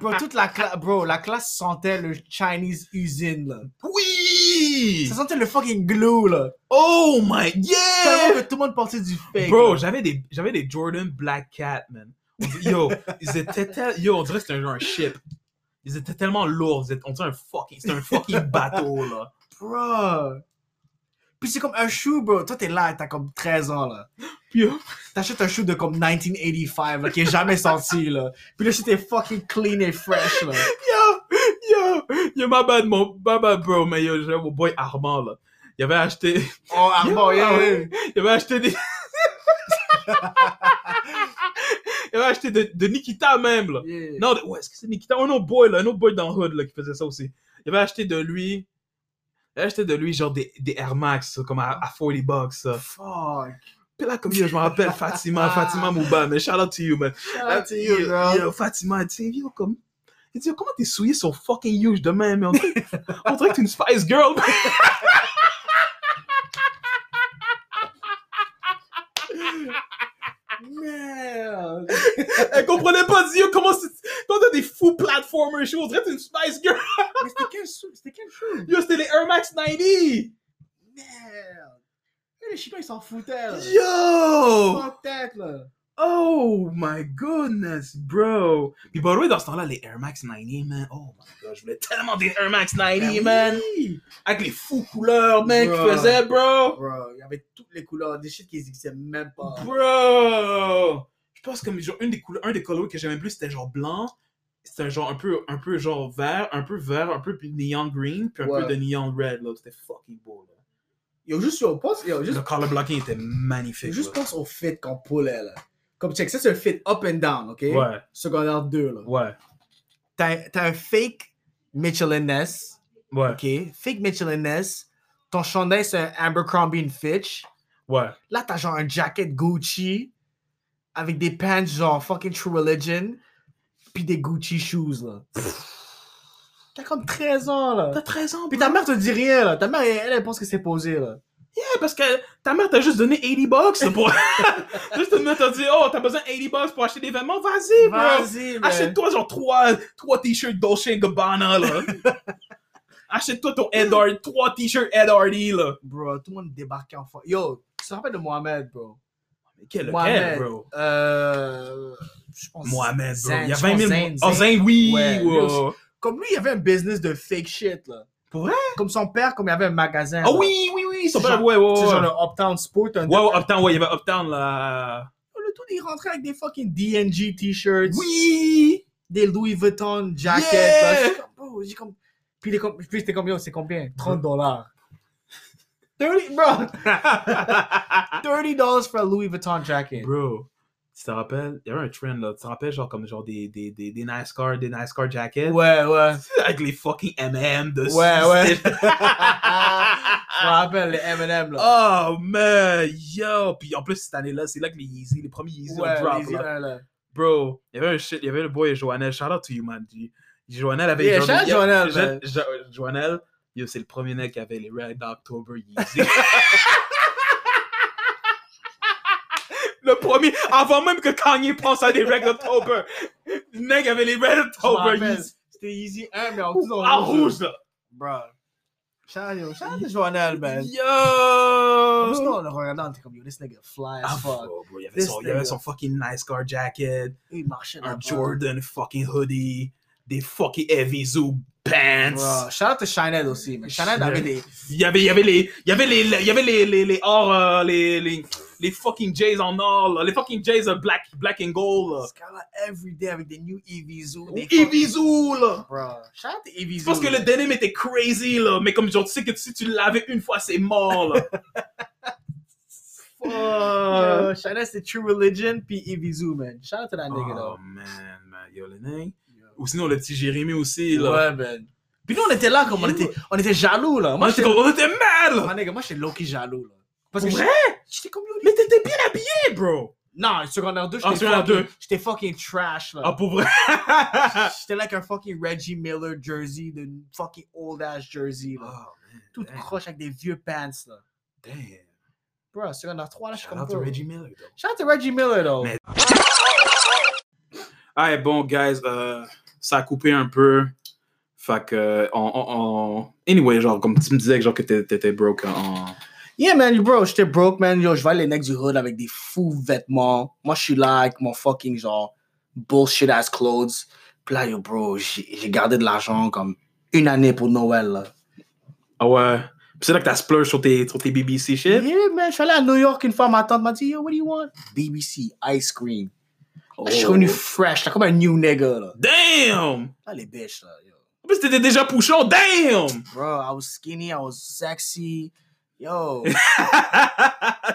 S2: bro, toute la classe, bro, la classe sentait le Chinese usine, là.
S1: Oui!
S2: Ça sentait le fucking glue, là.
S1: Oh my,
S2: Tellement
S1: yeah!
S2: que tout le monde portait du fake.
S1: Bro,
S2: là.
S1: j'avais des, j'avais des Jordan Black Cat, man. On dit- Yo, ils étaient tel- Yo, on dirait que c'était un genre un ship. Ils étaient tellement lourds. ils étaient- On dirait un fucking... C'était un fucking bateau, là.
S2: Bro. Puis c'est comme un shoe, bro. Toi, t'es là, t'as comme 13 ans, là.
S1: Puis, yo,
S2: T'achètes un shoe de comme 1985, là, qui est jamais sorti, là. Puis le shit est fucking clean et fresh, là.
S1: yo, yo, yo, my bad, mon, my bad, bro, mais yo, j'avais mon boy Armand, là. Il avait acheté,
S2: Oh, Armand,
S1: Yo,
S2: yeah,
S1: ah
S2: yeah.
S1: ouais. il avait acheté des... il avait acheté de, de Nikita même, là.
S2: Yeah.
S1: Non, de- ouais, est-ce que c'est Nikita? Un autre boy, là, un autre boy dans Hood, là, qui faisait ça aussi. Il avait acheté de lui, il avait acheté de lui, genre, des, des Air Max, ça, comme à, à 40 bucks, ça.
S2: Fuck.
S1: Puis là, comme, yo, je me rappelle, Fatima, Fatima Mouba, man, shout out to you, man.
S2: Shout out to
S1: Yo,
S2: you, bro.
S1: yo, Fatima, tu sais, yo, comme, il dit, yo, comment t'es souillé sur fucking huge de même, man? On dirait- on dirait que t'es une Spice Girl, man.
S2: Merde.
S1: Elle comprenait pas, elle dit, yo, comment c'est, comment t'as des fous platformers, yo, on dirait que t'es une Spice Girl.
S2: Mais c'était quel shoe? C'était quel shoe?
S1: Yo, c'était les Air Max 90.
S2: Merde. Mais les Chinois, ils s'en foutaient, là.
S1: Yo!
S2: Fuck that, là.
S1: Oh my goodness, bro! Puis by the way, dans ce temps-là, les Air Max 90, man. Oh my god, je voulais tellement des Air Max 90, man!
S2: Ben Oui.
S1: Avec les fous couleurs, man, qu'ils
S2: Bro.
S1: faisaient, bro!
S2: Bro, il y avait toutes les couleurs, des shit qui existaient même pas.
S1: Bro! Je pense que genre, une des couleurs, un des colorways que j'aimais plus, c'était genre blanc. C'était un genre un peu, un peu genre vert, un peu vert, un peu puis neon green, puis un
S2: Ouais.
S1: peu de neon red, là. C'était fucking beau, là.
S2: Yo, juste, yo, pense, yo, juste,
S1: Le color blocking était magnifique,
S2: juste
S1: là.
S2: pense au fit qu'on pullait, là. Comme check, ça c'est un fit up and down, ok?
S1: Ouais,
S2: Secondaire 2, là.
S1: ouais,
S2: T'as t'as un fake Michelin S,
S1: ouais,
S2: ok? Fake Michelin S. Ton chandail, c'est un Abercrombie and Fitch.
S1: ouais.
S2: Là, t'as genre un jacket Gucci avec des pants genre fucking True Religion, puis des Gucci shoes, là. T'as comme 13 ans, là.
S1: T'as 13 ans,
S2: Puis ta mère te dit rien, là. Ta mère, elle, elle pense que c'est posé, là.
S1: Ouais, parce que ta mère t'a juste donné 80 bucks pour. juste une minute, t'as dit, oh, t'as besoin de 80 bucks pour acheter des vêtements, vas-y, bro.
S2: Vas-y, man.
S1: Achète-toi genre 3, trois t-shirts Dolce Gabbana, là. Achète-toi ton Ed Hardy, 3 t-shirts Ed Hardy, là.
S2: Bro, tout le monde débarquait en fois. Yo, tu te rappelles de Mohamed, bro?
S1: Mais quel lequel,
S2: Mohamed,
S1: bro?
S2: Euh. Je pense.
S1: Mohamed, bro.
S2: Zayn,
S1: il y a
S2: je
S1: 20 000.
S2: pense Zayn,
S1: oh,
S2: Zayn.
S1: Zayn, oui!
S2: Ouais, lui
S1: ouais.
S2: aussi. Comme lui, il avait un business de fake shit, là.
S1: Pour vrai?
S2: Comme son père, comme il avait un magasin.
S1: Ah
S2: là.
S1: oui, oui, oui, son
S2: C'est
S1: père,
S2: genre-
S1: ouais, ouais.
S2: C'est genre
S1: Ouais,
S2: le Uptown Sport, un Oh,
S1: ouais, ouais, Uptown, ouais, il y avait Uptown, là.
S2: Le tout, il rentrait avec des fucking DNG t-shirts,
S1: Oui!
S2: des Louis Vuitton jackets.
S1: Yeah!
S2: là. J'étais comme, bro, j'ai comme... Puis, il est comme... Puis j'étais comme, yo, c'est combien? 30 dollars. 30, bro! 30 dollars for a Louis Vuitton jacket.
S1: Bro, tu te rappelles, il y avait un trend là, tu te rappelles genre comme genre des, des, des, des NASCAR, des NASCAR jackets
S2: Ouais, ouais.
S1: avec les fucking MM de
S2: Ouais, ouais.
S1: c'était-
S2: Je me rappelle les M&M, là.
S1: Oh man, yo! Puis en plus, cette année-là, c'est là que les Yeezy, les premiers Yeezy
S2: ouais,
S1: ont drop.
S2: les
S1: là.
S2: un, là.
S1: Bro, il y avait un shit, il y avait le boy Joannel, shout out to you man. G. Joannel avait.
S2: Yeah,
S1: genre
S2: shout out
S1: des-
S2: Joannel,
S1: Jo-
S2: man.
S1: Jo- Joannel, yo, c'est le premier mec qui avait les Red October Yeezy. Le premier, avant même que Kanye pense à des Red October, le mec avait les Red
S2: Je me
S1: October
S2: rappelle,
S1: Yeezy
S2: C'était Easy 1, mais en plus, on
S1: en Ah, rouge là.
S2: Bro. Shout out, yo. Shout out to Joannel, man. En plus, nous,
S1: Yo!
S2: on le regardait, on était comme, yo, this nigga fly
S1: Ah,
S2: as fuck.
S1: bro, bro, il y avait son- il y avait son fucking nice car jacket.
S2: Il marchait
S1: un
S2: là-bas.
S1: Jordan fucking hoodie, des fucking heavy zoo pants.
S2: Bro, shout out to Shined aussi, man. Shined avait des.
S1: Il y avait, il y avait les, il y avait les, il y avait les, les, les or, euh, les, les, les fucking Jays en or, là, les fucking Jays euh, black, black and gold. là.
S2: Ce gars-là, every day avec des new E Evizu.
S1: Ou Heavy zoo, là.
S2: Bro, shout out to E Evizu.
S1: Je pense que le denim était crazy, là, mais comme genre, tu sais que si tu l'avais une fois, c'est mort, là. Fuck.
S2: Yo, shout out to True Religion puis Evizu, man. Shout out to that nigga,
S1: Oh
S2: though.
S1: man, man, yo, le nègre. Ou sinon, le petit Jérémy aussi, là.
S2: Ouais, man. Puis nous, on était là, comme on était, on était jaloux, là.
S1: Moi,
S2: Moi,
S1: j'étais
S2: j'étais.
S1: comme, on était mad, là.
S2: Moi, nigga, moi, j'étais Loki jaloux, là. Parce
S1: Pour
S2: que
S1: vrai?
S2: j'étais- j'étais comme yo,
S1: Mais t'étais bien habillé, bro!
S2: Non, secondaire 2,
S1: Ah,
S2: j'étais
S1: secondaire
S2: fucking,
S1: deux.
S2: j'étais fucking trash, là.
S1: Ah, pour vrai? Ah.
S2: J'étais like un fucking Reggie Miller jersey, de fucking old ass jersey,
S1: Ah,
S2: là. Tout
S1: damn.
S2: croche avec des vieux pants, là.
S1: Oh, damn.
S2: Bro, secondaire 3, là, je suis
S1: Shout
S2: comme Oh.
S1: out to
S2: bro.
S1: Reggie Miller, though.
S2: Shout out to Reggie Miller, though.
S1: Mais- Ah, et bon, guys, euh, ça a coupé un peu. Fait que, euh, on, on- on- Anyway, genre, comme tu me disais que genre que t'é- t'étais broke en.
S2: Yeah, man, bro, j'étais broke, man. Yo, je vais aller les necks du hood avec des fous vêtements. Moi, je suis là avec mon fucking, genre, bullshit ass clothes. Puis là, yo, bro, j'ai j'ai gardé de l'argent comme une année pour Noël, là.
S1: Ah ouais. Puis c'est là que t'as splurge sur tes, sur tes BBC shit.
S2: Yeah, man, je suis allé à New York une fois, ma tante m'a dit, yo, what do you want? BBC, ice cream. Là, Je suis
S1: Oh.
S2: revenu fresh, là, comme un new nigga, là.
S1: Damn!
S2: Là, les bitches, là, yo.
S1: En plus, t'étais déjà pouchon, damn!
S2: Bro, I was skinny, I was sexy. Yo.
S1: c'est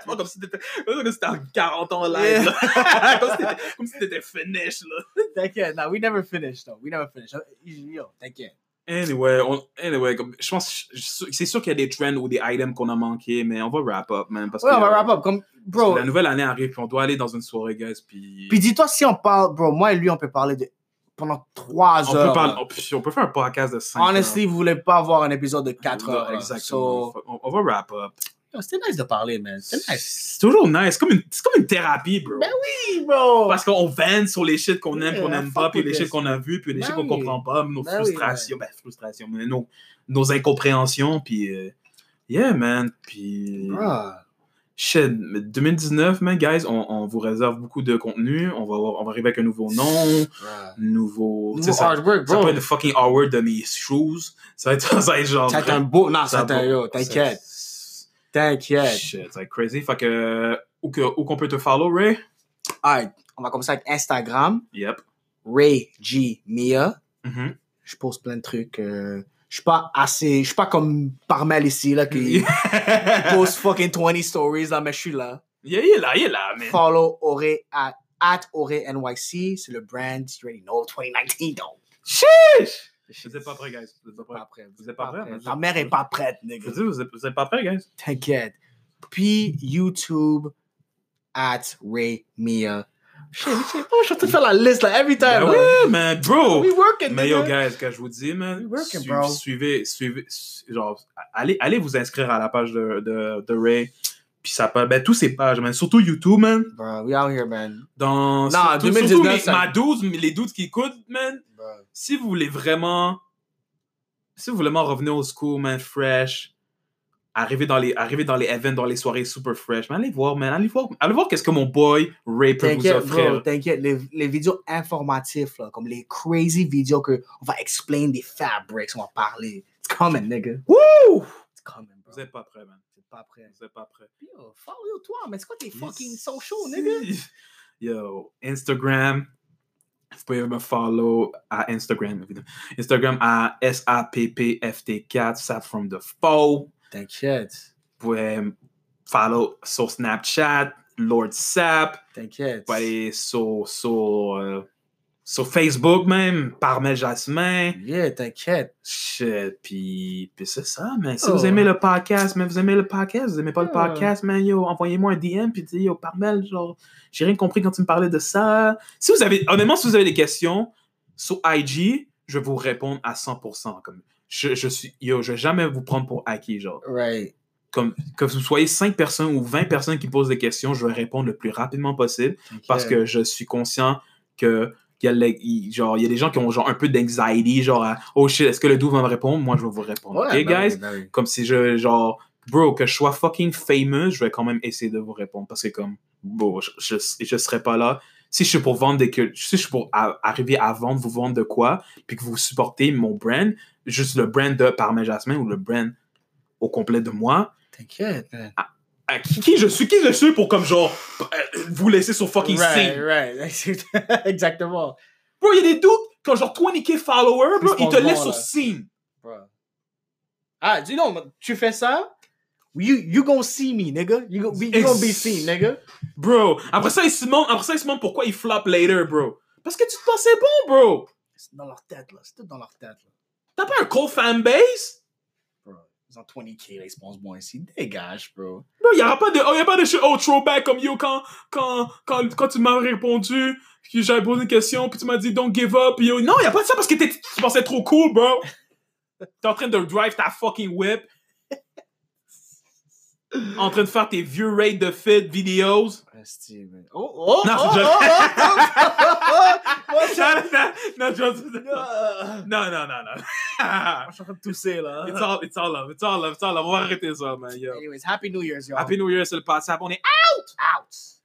S1: pas comme si t'étais. c'est pas Comme si t'étais en 40 ans live, là. comme, si t'étais, comme si t'étais finish, là.
S2: t'inquiète, nah, we never finished, though. We never finished. Uh, Yo, t'inquiète.
S1: Anyway, on- anyway comme, je pense. je- C'est sûr qu'il y a des trends ou des items qu'on a manqué, mais on va wrap up, man. Parce
S2: Ouais,
S1: que,
S2: on va wrap up. Comme,
S1: parce que
S2: bro,
S1: La nouvelle année arrive, puis on doit aller dans une soirée, guys, puis.
S2: Puis dis-toi, si on parle, bro, moi et lui, on peut parler de pendant trois
S1: on,
S2: heures.
S1: peut parler-
S2: là.
S1: on peut- on peut faire un podcast de 5
S2: Honestly, vous voulez pas avoir un épisode de quatre heures. là.
S1: Exactement.
S2: So,
S1: On, on va wrap up.
S2: yo, C'était nice de parler, man. C'était nice.
S1: C'est toujours nice. C'est comme, une- c'est comme une thérapie, bro.
S2: Ben Oui, bro.
S1: Parce qu'on vanne sur les shit qu'on aime,
S2: Yeah,
S1: qu'on
S2: I
S1: aime
S2: fuck
S1: pas, puis
S2: with
S1: les
S2: this.
S1: shit qu'on a vus, puis les
S2: Ben
S1: shit qu'on
S2: oui.
S1: comprend pas, nos
S2: Ben oui,
S1: frustrations, ben frustrations, mais nos, nos incompréhensions, puis euh, yeah, man, puis
S2: Bro.
S1: shit, 2019, man, guys, on, on vous réserve beaucoup de contenu, on va, avoir- on va arriver avec un nouveau nom, nouveau, tu sais,
S2: Nouveau
S1: ça,
S2: artwork,
S1: ça
S2: bro.
S1: peut être le fucking hour de mes shoes, ça va être, ça va être genre,
S2: Ça va être un beau. Non, ça va être
S1: va-
S2: un yo. T'inquiète.
S1: ça-
S2: T'inquiète.
S1: Shit, ça va être crazy, fait que, où que- où qu'on peut te follow, Ray?
S2: Alright, on va commencer avec Instagram.
S1: Yep.
S2: Ray G. Mia.
S1: Mhm.
S2: Je pose plein de trucs. euh, Je suis pas assez. Je suis pas comme par mal ici, là, qui pose fucking 20 stories, là, mais je suis là.
S1: Yeah, il est là, il est là, man.
S2: Follow Ore at, at Ore NYC. C'est le brand. You already know 2019, donc.
S1: Vous êtes pas prêts, guys. Vous êtes pas prêts.
S2: Pas prêt.
S1: Vous êtes pas prêts, mais-
S2: Ta mère est pas prête,
S1: Je
S2: nigga.
S1: veux dire, vous êtes, vous êtes pas prêts, guys.
S2: T'inquiète. Puis YouTube at Ray Mia. Shit, shit. Oh, je vais te faire la liste là, every time.
S1: Ben
S2: là.
S1: oui, man, bro.
S2: We working,
S1: Mais yo,
S2: nigga.
S1: guys, que je vous dis, man,
S2: We working,
S1: su-
S2: bro.
S1: suivez, suivez, su- genre, allez, allez vous inscrire à la page de, de, de Ray. Puis ça peut, ben, tous ces pages, man, surtout YouTube, man.
S2: Bro, we out here, man.
S1: Dans,
S2: Non,
S1: surtout,
S2: 2019,
S1: surtout mes-
S2: ça-
S1: ma 12, mais les 12 qui écoutent, man.
S2: Bro.
S1: Si vous voulez vraiment, si vous voulez vraiment revenir au school, man, fresh, arriver dans les, arriver dans les events, dans les soirées super fresh, man, allez voir, man, allez voir, allez voir qu'est-ce que mon boy Ray peut vous
S2: T'inquiète,
S1: offrir.
S2: bro, t'inquiète. Les, les vidéos informatives, là, comme les crazy vidéos que on va explain des fabrics, on va parler. It's coming, nigga.
S1: Wouh!
S2: It's coming, bro.
S1: Vous êtes pas prêts, man.
S2: C'est pas prêt.
S1: Vous êtes pas prêts.
S2: Yo, follow toi, mais c'est quoi tes fucking social,
S1: Si.
S2: nigga?
S1: Yo, Instagram. Vous pouvez me follow à Instagram, évidemment. Instagram à SAPPFT4, Sap from the Foe.
S2: T'inquiète,
S1: Vous pouvez me follow sur Snapchat, Lord Sap.
S2: t'inquiète.
S1: Vous pouvez aller sur, sur, euh, sur Facebook même, Parmel Jasmin.
S2: Yeah, t'inquiète.
S1: Shit, puis, puis c'est ça, man. Si
S2: Oh.
S1: vous aimez le podcast, mais vous aimez le podcast, vous aimez pas le
S2: Oh.
S1: podcast, man, yo, envoyez-moi un DM, puis dis, yo, par mail, genre, j'ai rien compris quand tu me parlais de ça. Si vous avez, honnêtement, si vous avez des questions, sur IG, je vais vous répondre à 100%. Comme, je, je suis, yo, je vais jamais vous prendre pour acquis, genre.
S2: Right.
S1: Comme, que vous soyez 5 personnes ou 20 personnes qui posent des questions, je vais répondre le plus rapidement possible parce que je suis conscient que qu'il y, a les- il- genre, il y a des gens qui ont genre un peu d'anxiety, genre à, oh shit, est-ce que le doux va me répondre? Moi, je vais vous répondre.
S2: Ouais,
S1: ok,
S2: ben oui,
S1: guys?
S2: ben oui.
S1: Comme si je, genre, bro, que je sois fucking famous, je vais quand même essayer de vous répondre parce que, comme, bro, je, je, je serais pas là. Si je suis pour vendre des cul- si je suis pour a- arriver à vendre, vous vendre de quoi, puis que vous supportez mon brand, juste le brand de Parmé Jasmin ou le brand au complet de moi,
S2: T'inquiète, man.
S1: à qui, qui je suis, qui je suis pour comme genre euh, vous laisser sur fucking scene.
S2: right, right. Exactement.
S1: Bro, il y a des doutes qui ont genre 20k followers, bro,
S2: Plus
S1: ils te
S2: qu'on le
S1: laissent sur
S2: voit, là.
S1: scene.
S2: Bro. Ah, dis donc, tu fais ça? You, you gonna see me, nigga. You, go, you gonna be seen, nigga.
S1: Bro, après ça, ils se demandent, après ça, ils se demandent pourquoi ils flop later, bro. Parce que tu te pensais bon, bro.
S2: C'est dans leur tête, là. C'est tout dans leur tête, là.
S1: T'as pas un cold fan base?
S2: Bro. Ils ont 20k, là, ils se pensent bon ici. Dégage, bro.
S1: Non, il n'y aura pas de, oh, y a pas de shit, oh, throwback comme yo, quand, quand, quand, quand tu m'as répondu, puis j'avais posé une question, puis tu m'as dit don't give up, puis yo. Non, il n'y a pas de ça parce que t'es- tu pensais être trop cool, bro. T'es en train de drive ta fucking whip. En train de faire tes vieux raids de fit vidéos.
S2: Esti, man. Oh, oh,
S1: Non,
S2: oh,
S1: c'est
S2: oh,
S1: joke.
S2: oh, oh, oh, oh,
S1: Non,
S2: oh,
S1: non, non, je-
S2: oh.
S1: non, non, non, non.
S2: Je suis en train de tousser, là.
S1: It's all, it's all love, it's all love, it's all love. On va arrêter ça, man. Yo.
S2: Anyways, Happy New Year's, y'all.
S1: Happy New Year, c'est le passé. On est
S2: out.